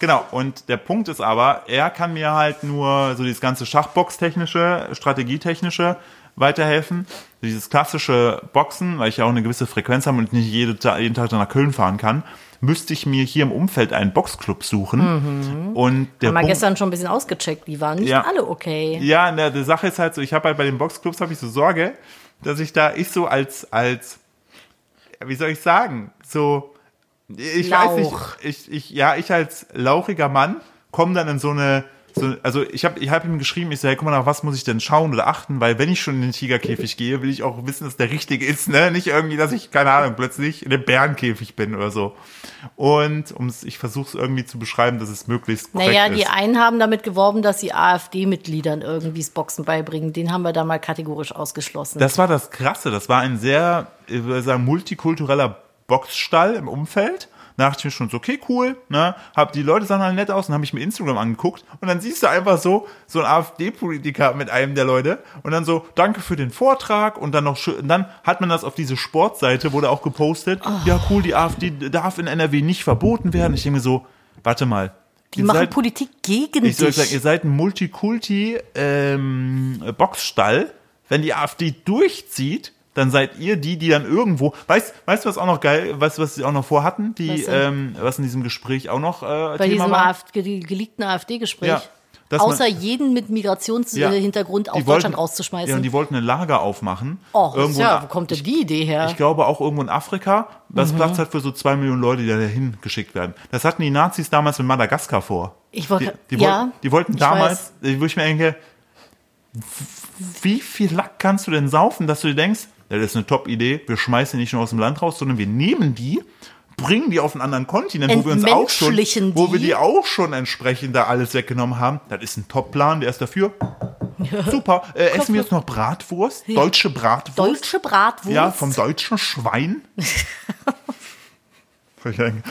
genau, und der Punkt ist aber, er kann mir halt nur so dieses ganze Schachbox-technische, strategietechnische weiterhelfen. Dieses klassische Boxen, weil ich ja auch eine gewisse Frequenz habe und nicht jede, Ta- jeden Tag nach Köln fahren kann, müsste ich mir hier im Umfeld einen Boxclub suchen. Und der Mhm. Haben wir Punkt, gestern schon ein bisschen ausgecheckt. Die waren nicht Ja. alle okay. ja, na, die Sache ist halt so, ich habe halt bei den Boxclubs habe ich so Sorge, dass ich da ich so als als wie soll ich sagen, so ich weiß Lauch. nicht, ich ich ja, ich als lauchiger Mann komme dann in so eine so, also ich habe ich hab ihm geschrieben, ich so, hey, guck mal, nach was muss ich denn schauen oder achten, weil wenn ich schon in den Tigerkäfig gehe, will ich auch wissen, dass der richtige ist, ne? Nicht irgendwie, dass ich, keine Ahnung, plötzlich in den Bärenkäfig bin oder so. Und um's, ich versuche es irgendwie zu beschreiben, dass es möglichst korrekt Naja, ist. die einen haben damit geworben, dass sie AfD-Mitgliedern irgendwie das Boxen beibringen. Den haben wir da mal kategorisch ausgeschlossen. Das war das Krasse. Das war ein sehr, ich würde sagen, multikultureller Boxstall im Umfeld. Da dachte ich mir schon so, okay, cool, ne? Hab die Leute sahen halt nett aus und habe ich mir Instagram angeguckt und dann siehst du einfach so so einen AfD-Politiker mit einem der Leute und dann so, danke für den Vortrag und dann noch schön, und dann hat man das auf diese Sportseite, wurde auch Oh. gepostet, ja cool, die AfD darf in NRW nicht verboten werden. Ich denke mir so, warte mal. die machen Politik gegen Ich soll dich. sagen, ihr seid ein Multikulti-Boxstall. Wenn die AfD durchzieht, dann seid ihr die, die dann irgendwo. Weißt, weißt du, was auch noch geil, weißt du, was sie auch noch vorhatten, die, Was denn? ähm, was in diesem Gespräch auch noch äh, bei Thema diesem war? AfD, ge- geleakten AfD-Gespräch. Ja, dass man- Außer jeden mit Ja. Migrationshintergrund Die aus wollten- Deutschland rauszuschmeißen. Ja, und die wollten ein Lager aufmachen. Och, irgendwo in ja, A- wo kommt denn die Idee her? Ich glaube auch irgendwo in Afrika, Mhm. das Platz hat für so zwei Millionen Leute, die da hingeschickt werden. Das hatten die Nazis damals mit Madagaskar vor. Ich wollte- die, die, ja, wollten, die wollten ich damals, äh, wo ich mir denke, wie viel Lack kannst du denn saufen, dass du dir denkst, ja, das ist eine Top-Idee, wir schmeißen die nicht nur aus dem Land raus, sondern wir nehmen die, bringen die auf einen anderen Kontinent, wo wir uns auch schon, Entmenschlichen wo wir die. die auch schon entsprechend da alles weggenommen haben. Das ist ein Top-Plan, der ist dafür. Super, äh, essen wir jetzt noch Bratwurst, deutsche Bratwurst. Deutsche Bratwurst. Ja, vom deutschen Schwein.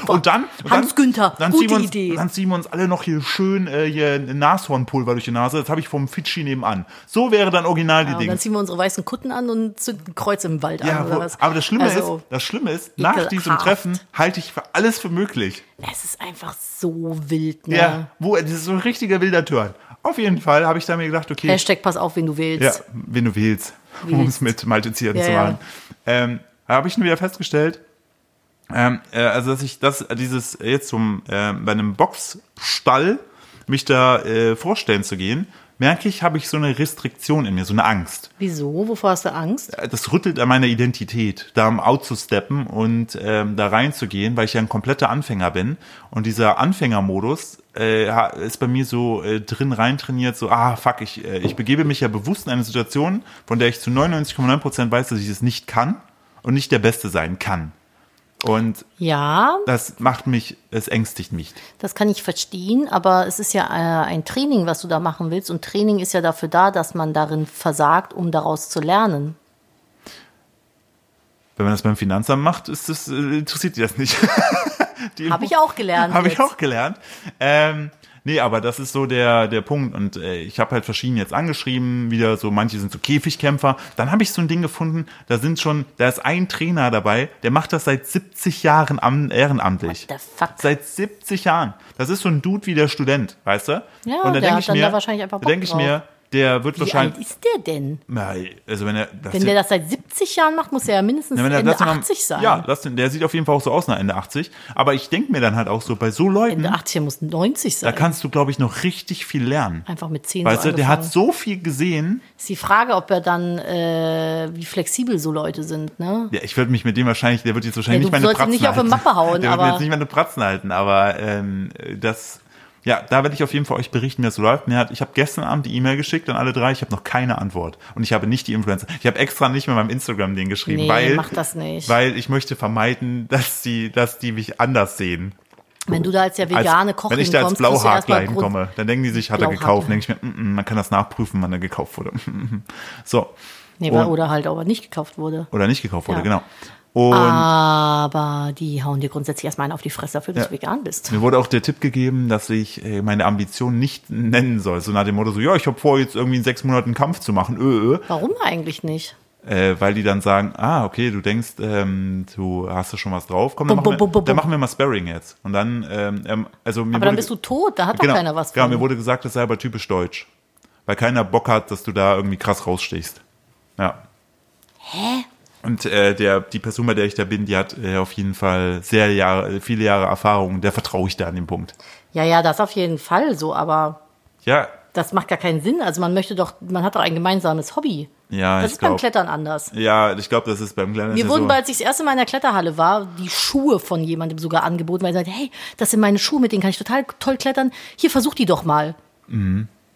und dann, und dann, Hans Günther, dann gute ziehen wir uns, Idee. Dann ziehen wir uns alle noch hier schön äh, hier ein Nashornpulver durch die Nase. Das habe ich vom Fidschi nebenan. So wäre dann original die Ja, und Dinge. Genau, dann ziehen wir unsere weißen Kutten an und zünden ein Kreuz im Wald Ja, an wo, oder was. aber das Schlimme also, ist, das Schlimme ist, nach diesem ekelhaft. Treffen halte ich für alles für möglich. Es ist einfach so wild, ne? Ja, wo das ist so ein richtiger wilder Turn. Auf jeden Fall habe ich da mir gedacht, okay, Hashtag pass auf, wen du Ja, willst. wenn du willst, um es mit Maltezieren Ja, zu ja. machen. Ähm, da habe ich nur wieder festgestellt, ähm, äh, also dass ich das, dieses jetzt zum ähm, bei einem Boxstall mich da äh, vorstellen zu gehen, merke ich, habe ich so eine Restriktion in mir, so eine Angst. Wieso? Wovor hast du Angst? Äh, Das rüttelt an meiner Identität, da um out zu steppen und ähm, da reinzugehen, weil ich ja ein kompletter Anfänger bin. Und dieser Anfängermodus äh, ha- ist bei mir so äh, drin reintrainiert, so, ah, fuck, ich, äh, ich begebe mich ja bewusst in eine Situation, von der ich zu 99,9% weiß, dass ich es nicht kann und nicht der Beste sein kann. Und Ja, das macht mich, es ängstigt mich. das kann ich verstehen, aber es ist ja äh, ein Training, was du da machen willst. Und Training ist ja dafür da, dass man darin versagt, um daraus zu lernen. Wenn man das beim Finanzamt macht, ist das, äh, interessiert die das nicht. Habe ich auch gelernt. Habe ich jetzt. auch gelernt. Ähm, nee, aber das ist so der, der Punkt. Und äh, ich habe halt verschiedene jetzt angeschrieben, wieder so, manche sind so Käfigkämpfer. Dann habe ich so ein Ding gefunden, da sind schon, da ist ein Trainer dabei, der macht das seit 70 Jahren am, ehrenamtlich. What the fuck? Seit 70 Jahren. Das ist so ein Dude wie der Student, weißt du? Ja, und da der denk hat ich dann mir, da wahrscheinlich einfach da Bock denk ich mir, der wird Wie alt wahrscheinlich, ist der denn? na, also wenn er, das Wenn der das seit 70 Jahren macht, muss er ja mindestens Ja, wenn er Ende das noch- 80 sein. Ja, lass den, der sieht auf jeden Fall auch so aus nach Ende 80. Aber ich denke mir dann halt auch so, bei so Leuten, Ende 80 er muss 90 da sein. kannst du, glaube ich, noch richtig viel lernen. Einfach mit 10 Weißt so du, der hat angefangen. so viel gesehen. Ist die Frage, ob er dann, äh, wie flexibel so Leute sind, ne? Ja, ich würde mich mit dem wahrscheinlich, der wird jetzt wahrscheinlich nicht Ja, du meine sollst ihn Pratzen nicht auf halten. eine Mappe hauen, der wird mir aber- jetzt nicht meine Pratzen halten, aber ähm, das, ja, da werde ich auf jeden Fall euch berichten, wie das so läuft. Mir hat, ich habe gestern Abend die E-Mail geschickt an alle drei, ich habe noch keine Antwort. Und ich habe nicht die Influencer. Ich habe extra nicht mehr meinem Instagram-Ding geschrieben, Nee, weil, mach das nicht. weil ich möchte vermeiden, dass die, dass die mich anders sehen. Wenn du da als der vegane Koch Wenn ich da als hinkommst, kriegst du Blauhaarkler erstmal Grund- hinkomme, dann denken die sich, hat er Blauhaarkler. gekauft. Dann denke ich mir, mm, mm, man kann das nachprüfen, wann er gekauft wurde. Mm, so. Nee, Und- war, oder halt, aber nicht gekauft wurde. Oder nicht gekauft wurde, Ja. Ah. genau. Und Aber die hauen dir grundsätzlich erstmal einen auf die Fresse dafür, dass Ja. du vegan bist. mir wurde auch der Tipp gegeben, dass ich äh, meine Ambition nicht nennen soll. So nach dem Motto, so, ja, ich habe vor, jetzt irgendwie in sechs Monaten einen Kampf zu machen. Ö, Warum eigentlich nicht? ö. Äh, weil die dann sagen, ah, okay, du denkst, ähm, du hast da schon was drauf. Komm, dann, Bum, machen, bum, wir, bum, dann bum. machen wir mal Sparring jetzt. Und dann, ähm, ähm, also mir Aber dann wurde- bist du tot, da hat doch keiner was Genau, mir von. wurde gesagt, das sei aber typisch deutsch. Weil keiner Bock hat, dass du da irgendwie krass rausstichst. Ja. Hä? Und äh, der, die Person, bei der ich da bin, die hat äh, auf jeden Fall sehr Jahre, viele Jahre Erfahrung. Der vertraue ich da an dem Punkt. Ja, ja, das auf jeden Fall so, aber Ja, das macht gar keinen Sinn. Also man möchte doch, man hat doch ein gemeinsames Hobby. Ja, Das ich ist beim glaub- Klettern anders. ja, ich glaube, das ist beim Kleinen. Mir ist ja Also wurden, so. bei, als ich das erste Mal in der Kletterhalle war, die Schuhe von jemandem sogar angeboten, weil er sagte, hey, das sind meine Schuhe, mit denen kann ich total toll klettern. Hier, versuch die doch mal.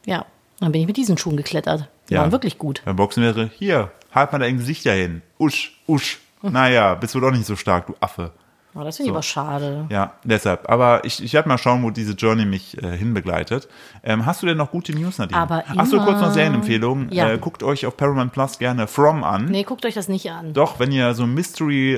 Ja, dann bin ich mit diesen Schuhen geklettert. Die Mhm. Ja. waren wirklich gut. Beim Boxen wäre, hier, halt mal dein Gesicht dahin. Usch, usch. Naja, bist du doch nicht so stark, du Affe. Aber Oh, das finde ich aber schade. Ja, deshalb. Aber ich, ich werde mal schauen, wo diese Journey mich äh, hinbegleitet. Ähm, hast du denn noch gute News, Nadine? Aber Achso, immer. kurz noch Serienempfehlungen. Ja. Äh, guckt euch auf Paramount Plus gerne From an. Nee, guckt euch das nicht an. Doch, wenn ihr so einen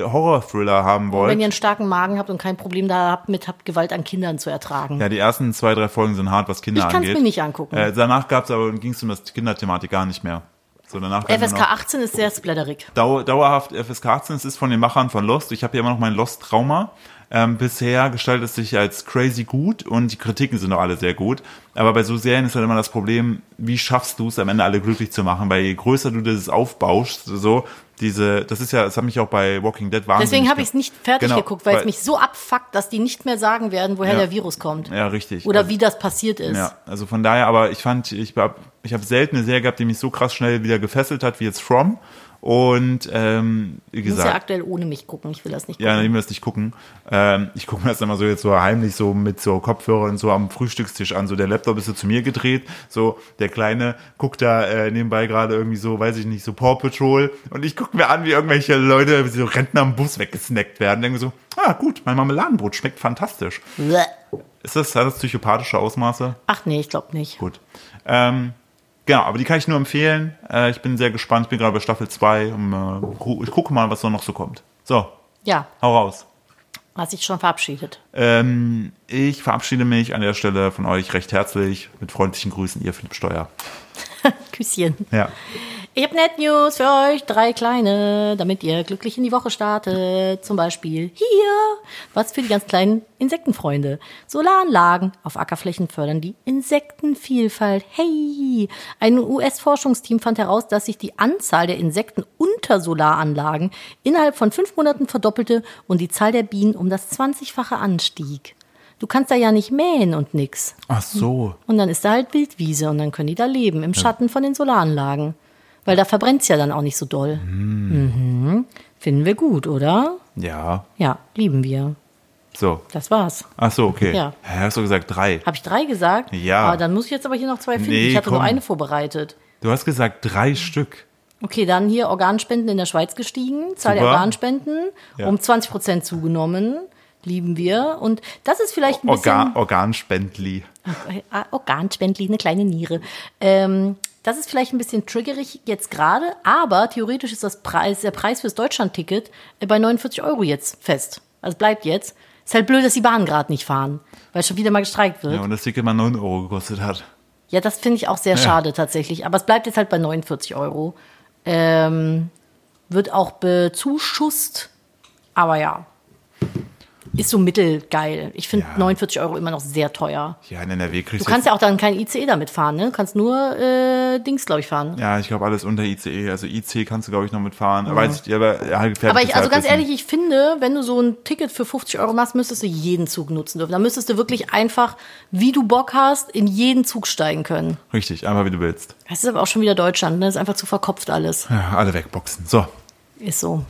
Mystery-Horror-Thriller haben wollt. Wenn ihr einen starken Magen habt und kein Problem da habt, mit habt Gewalt an Kindern zu ertragen. ja, die ersten zwei, drei Folgen sind hart, was Kinder Ich kann's angeht. mir nicht angucken. Äh, danach gab's aber, ging es um das Kinderthematik gar nicht mehr. So, danach gab's nur FSK noch- 18 ist sehr splatterig. Dau dauerhaft FSK 18, es ist von den Machern von Lost. Ich habe ja immer noch mein Lost-Trauma. Ähm, bisher gestaltet es sich als crazy gut und die Kritiken sind auch alle sehr gut. Aber bei so Serien ist halt immer das Problem, wie schaffst du es am Ende alle glücklich zu machen? Weil je größer du das aufbauschst, so diese, das ist ja, das hat mich auch bei Walking Dead wahnsinnig. Deswegen habe ich es nicht fertig Genau, geguckt, weil weil- es mich so abfuckt, dass die nicht mehr sagen werden, woher Ja. der Virus kommt. Ja, richtig. Oder Also- wie das passiert ist. Ja, also von daher, aber ich fand, ich, hab- ich habe selten eine Serie gehabt, die mich so krass schnell wieder gefesselt hat, wie jetzt From. Und ähm, wie Du musst ja gesagt. aktuell ohne mich gucken. Ich will das nicht Ja, gucken. dann wir es nicht gucken. Ähm, ich gucke mir das immer so jetzt so heimlich so mit so Kopfhörern so am Frühstückstisch an. So der Laptop ist so zu mir gedreht. So der Kleine guckt da äh, nebenbei gerade irgendwie so, weiß ich nicht, so Paw Patrol. Und ich gucke mir an, wie irgendwelche Leute, wie so Rentner am Bus weggesnackt werden. Denke so, ah gut, mein Marmeladenbrot schmeckt fantastisch. Bleh. Ist das, hat das psychopathische Ausmaße? Ach nee, ich glaube nicht. Gut. Ähm, genau, aber die kann ich nur empfehlen. Äh, ich bin sehr gespannt. Ich bin gerade bei Staffel 2. Und, äh, gu- ich gucke mal, was da noch so kommt. So, Ja, hau raus. hast dich schon verabschiedet. Ähm, ich verabschiede mich an der Stelle von euch recht herzlich. Mit freundlichen Grüßen, ihr Philipp Steuer. Küsschen. Ja. Ich habe Net News für euch, drei kleine, damit ihr glücklich in die Woche startet. Zum Beispiel hier, was für die ganz kleinen Insektenfreunde. Solaranlagen auf Ackerflächen fördern die Insektenvielfalt. Hey! Ein US-Forschungsteam fand heraus, dass sich die Anzahl der Insekten unter Solaranlagen innerhalb von fünf Monaten verdoppelte und die Zahl der Bienen um das 20-fache anstieg. Du kannst da ja nicht mähen und nix. Ach so. Und dann ist da halt Wildwiese und dann können die da leben, im Schatten von den Solaranlagen. Weil da verbrennt's ja dann auch nicht so doll. Mhm. Hm. Finden wir gut, oder? Ja. Ja, lieben wir. So. Das war's. Ach so, okay. Ja. Hä, hast du gesagt drei? Habe ich drei gesagt? Ja. Aber dann muss ich jetzt aber hier noch zwei finden. Nee, ich hatte komm. nur eine vorbereitet. Du hast gesagt drei Stück. Okay, dann hier Organspenden in der Schweiz gestiegen, Zahl der Super. Organspenden Ja. um 20 Prozent zugenommen. Lieben wir. Und das ist vielleicht ein bisschen. Organ, Organspendli. Ah, Organspendli, eine kleine Niere. Ähm, das ist vielleicht ein bisschen triggerig jetzt gerade, aber theoretisch ist das Preis, der Preis fürs Deutschland-Ticket äh, bei 49 Euro jetzt fest. Also bleibt jetzt. Ist halt blöd, dass die Bahnen gerade nicht fahren, weil schon wieder mal gestreikt wird. Ja, Ja, und das Ticket mal 9 Euro gekostet hat. das finde ich auch sehr schade tatsächlich. Aber es bleibt jetzt halt bei 49 Euro. Ähm, wird auch bezuschusst, aber ja. Ist so mittelgeil. Ich finde Ja. 49 Euro immer noch sehr teuer. Ja, in NRW kriegst Du kannst ja auch dann kein ICE damit fahren, ne? Du kannst nur äh, Dings, glaube ich, fahren. Ja, ich glaube, alles unter ICE. Also IC kannst du, glaube ich, noch mitfahren. Weiß ich, aber ja, gefährliches Aber ich, also ganz Halbwissen. ehrlich, ich finde, wenn du so ein Ticket für 50 Euro machst, müsstest du jeden Zug nutzen dürfen. Dann müsstest du wirklich einfach, wie du Bock hast, in jeden Zug steigen können. Richtig, einfach wie du willst. Das ist aber auch schon wieder Deutschland, ne? Das ist einfach zu verkopft alles. Ja, alle wegboxen. So, Ist so.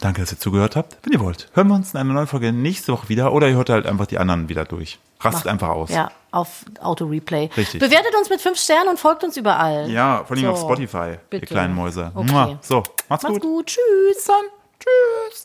danke, dass ihr zugehört habt. Wenn ihr wollt, hören wir uns in einer neuen Folge nächste Woche wieder oder ihr hört halt einfach die anderen wieder durch. Rastet Macht- einfach aus. Ja, auf Auto-Replay. Richtig. Bewertet uns mit fünf Sternen und folgt uns überall. Ja, vor allem So, auf Spotify, ihr bitte. kleinen Mäuse. Okay. Mua. So, macht's, Macht's gut. gut. Tschüss. Bis dann. Tschüss.